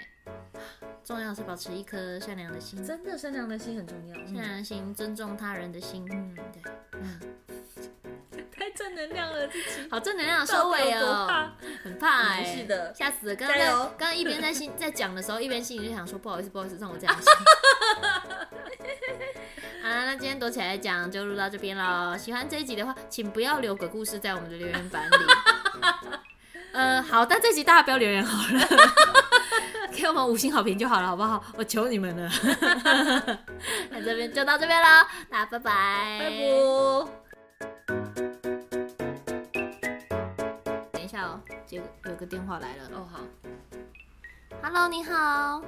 Speaker 1: 重要是保持一颗善良的心，善
Speaker 2: 真的善良的心很重要。嗯
Speaker 1: 良的心，尊重他人的心，嗯，对。
Speaker 2: 太正能量了，自己
Speaker 1: 好正能量的 [laughs] 收尾哦，，很怕哎、
Speaker 2: 没事的
Speaker 1: 吓死了。刚刚在
Speaker 2: 加油
Speaker 1: 刚刚一边在心在讲的时候，一边心里就想说不好意思，不
Speaker 2: [laughs]
Speaker 1: 好意思，让我这样想。好啦，那今天躲起来讲就录到这边喽。喜欢这一集的话，请不要留鬼故事在我们的留言板里。呃，好，但这集大家不要留言好
Speaker 2: [laughs]
Speaker 1: 了，给我们五星好评就好了，好不好？我求你
Speaker 2: [laughs]
Speaker 1: 们了。那这边就到这边喽，那拜拜，
Speaker 2: 拜拜。
Speaker 1: 等一下哦，结果有个电话来了。
Speaker 2: 哦，好，
Speaker 1: Hello，你好。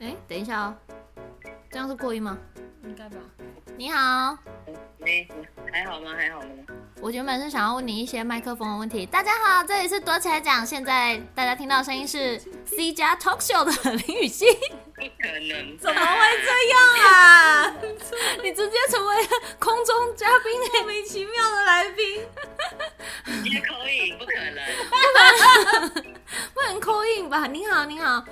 Speaker 1: 哎、等一下哦，这样是过音吗？
Speaker 2: 应该吧。
Speaker 1: 你好，
Speaker 3: 没，还好吗？还好吗？
Speaker 1: 我原本是想要问你一些麦克风的问题。大家好，这里是躲起来讲，现在大家听到的声音是 C 加 Talk Show 的林雨欣。
Speaker 3: 不可能，
Speaker 2: 怎么
Speaker 1: 会这样啊？ [laughs] 你直接成为了空中嘉宾欸
Speaker 2: 莫名其妙的来宾？
Speaker 3: 也可以，不可能。
Speaker 1: 不能扣印吧？你好，你好，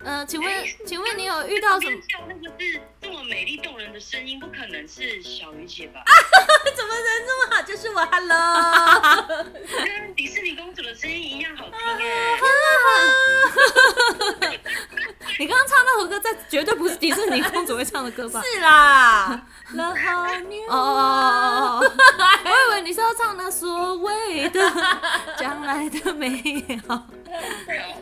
Speaker 1: 呃， [laughs] 请问，请问你有遇到什么？
Speaker 2: 哎
Speaker 3: 像那个是这么美丽动人的声音，不可能是小鱼姐
Speaker 1: 啊
Speaker 3: 吧？
Speaker 2: [laughs] 怎么人这么好？就是我，Hello。
Speaker 3: 跟迪士尼公主的声音一样好听哎、
Speaker 1: 啊你刚刚唱那首歌，在绝对不是迪士尼公主会唱的歌吧？
Speaker 2: 是啦，The Whole New
Speaker 1: 哦哦哦哦！哦，我以为你是要唱那所谓的 [laughs] 将来的美好。
Speaker 3: 好，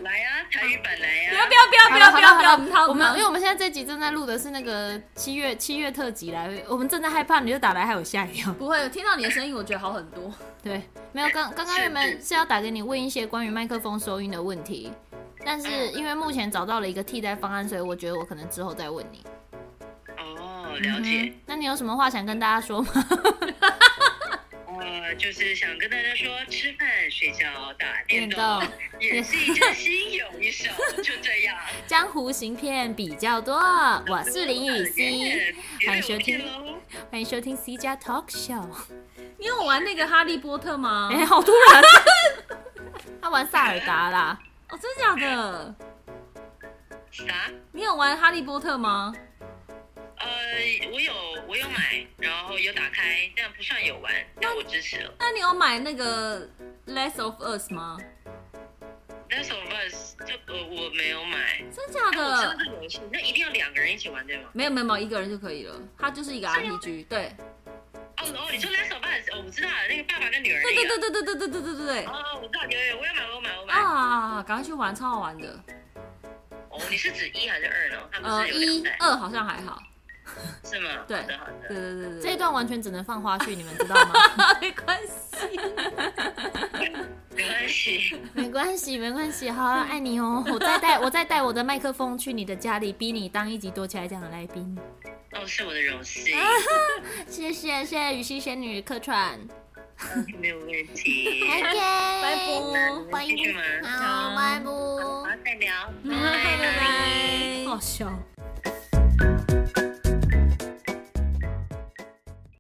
Speaker 3: 来啊，台语版来啊！
Speaker 2: 不要不
Speaker 1: [laughs]
Speaker 2: 要不要不要不要不要！不要
Speaker 1: 我们因为
Speaker 2: 用
Speaker 1: 我们现在这集正在录的是那个七月七月特辑来，我们正在害怕你就打来害我吓一跳。
Speaker 2: 不会听到你的声音，我觉得好很多。
Speaker 1: [laughs] 对，没有刚刚刚原本是要打给你问一些关于麦克风收音的问题，但是因为目前找到了一个替代方案，所以我觉得我可能之后再问你。
Speaker 3: 哦，
Speaker 1: 嗯
Speaker 3: 了解。
Speaker 1: 那你有什么话想跟大家说吗？ [laughs] 嗯
Speaker 3: 呃，就是想跟大家说，吃饭、睡觉、打电动
Speaker 1: 电，
Speaker 3: 演戏真心有一手，就这样。
Speaker 1: 江湖行骗比较 [laughs] 多，我是林雨
Speaker 3: [laughs]
Speaker 1: 欣。欢迎收听
Speaker 3: 喽。
Speaker 1: 欢迎收听 C 加 Talk Show。
Speaker 2: [laughs] 你有玩那个哈利波特吗
Speaker 1: [laughs] 哎、？好突 [laughs] 然！他玩塞尔达啦，
Speaker 2: 哦，真假的？
Speaker 3: 啥？
Speaker 2: 你有玩哈利波特吗？
Speaker 3: 呃，我有我有买，然后有打开，但不算有玩，但我支持了。
Speaker 2: 那你有买那个 Less of Us 吗？
Speaker 3: 那首 verse 这个我没有买，啊
Speaker 2: 真假
Speaker 3: 我知道
Speaker 2: 的？
Speaker 3: 这个游戏，那一定要两个人一起玩对吗？
Speaker 2: 没有没有没有，一个人就可以了。它就是啊一个 RPG，对
Speaker 3: 哦哦，你说那首 verse，哦，我知道了，那个爸爸跟女儿
Speaker 2: 对
Speaker 3: 那个。
Speaker 2: 对对对对对对对对对对。
Speaker 3: 哦，我知道，有有，有我有买，我有买，我有买。
Speaker 2: 啊，赶快去玩，超好玩的。
Speaker 3: 哦，你是指一还是二呢？他们
Speaker 2: 呃，
Speaker 3: 是有两
Speaker 2: 一
Speaker 3: 代，
Speaker 2: 二好像还好。
Speaker 3: 是吗？
Speaker 2: 对
Speaker 3: 好的好
Speaker 2: 对
Speaker 3: 的。
Speaker 2: 对对对，
Speaker 1: 这一
Speaker 2: 对
Speaker 1: 段完全只能放花絮，你们知道吗？
Speaker 2: 没关系。
Speaker 3: 没关关系，
Speaker 1: [laughs] 没关系，没关系，好了，爱你 [laughs] 哦。我再带我再带我的麦克风去你的家里，逼你当一集多起来讲的来宾。
Speaker 3: 哦，是我的荣
Speaker 2: [laughs]
Speaker 3: 幸，
Speaker 1: 谢谢，谢谢雨欣仙女客串。
Speaker 3: 没有问题。
Speaker 1: OK，
Speaker 2: 拜拜
Speaker 1: 拜
Speaker 3: 继续吗
Speaker 1: 拜，好，拜拜，
Speaker 2: [laughs]
Speaker 3: 好，再聊，
Speaker 2: 拜
Speaker 3: 拜
Speaker 2: 拜。
Speaker 1: 好笑。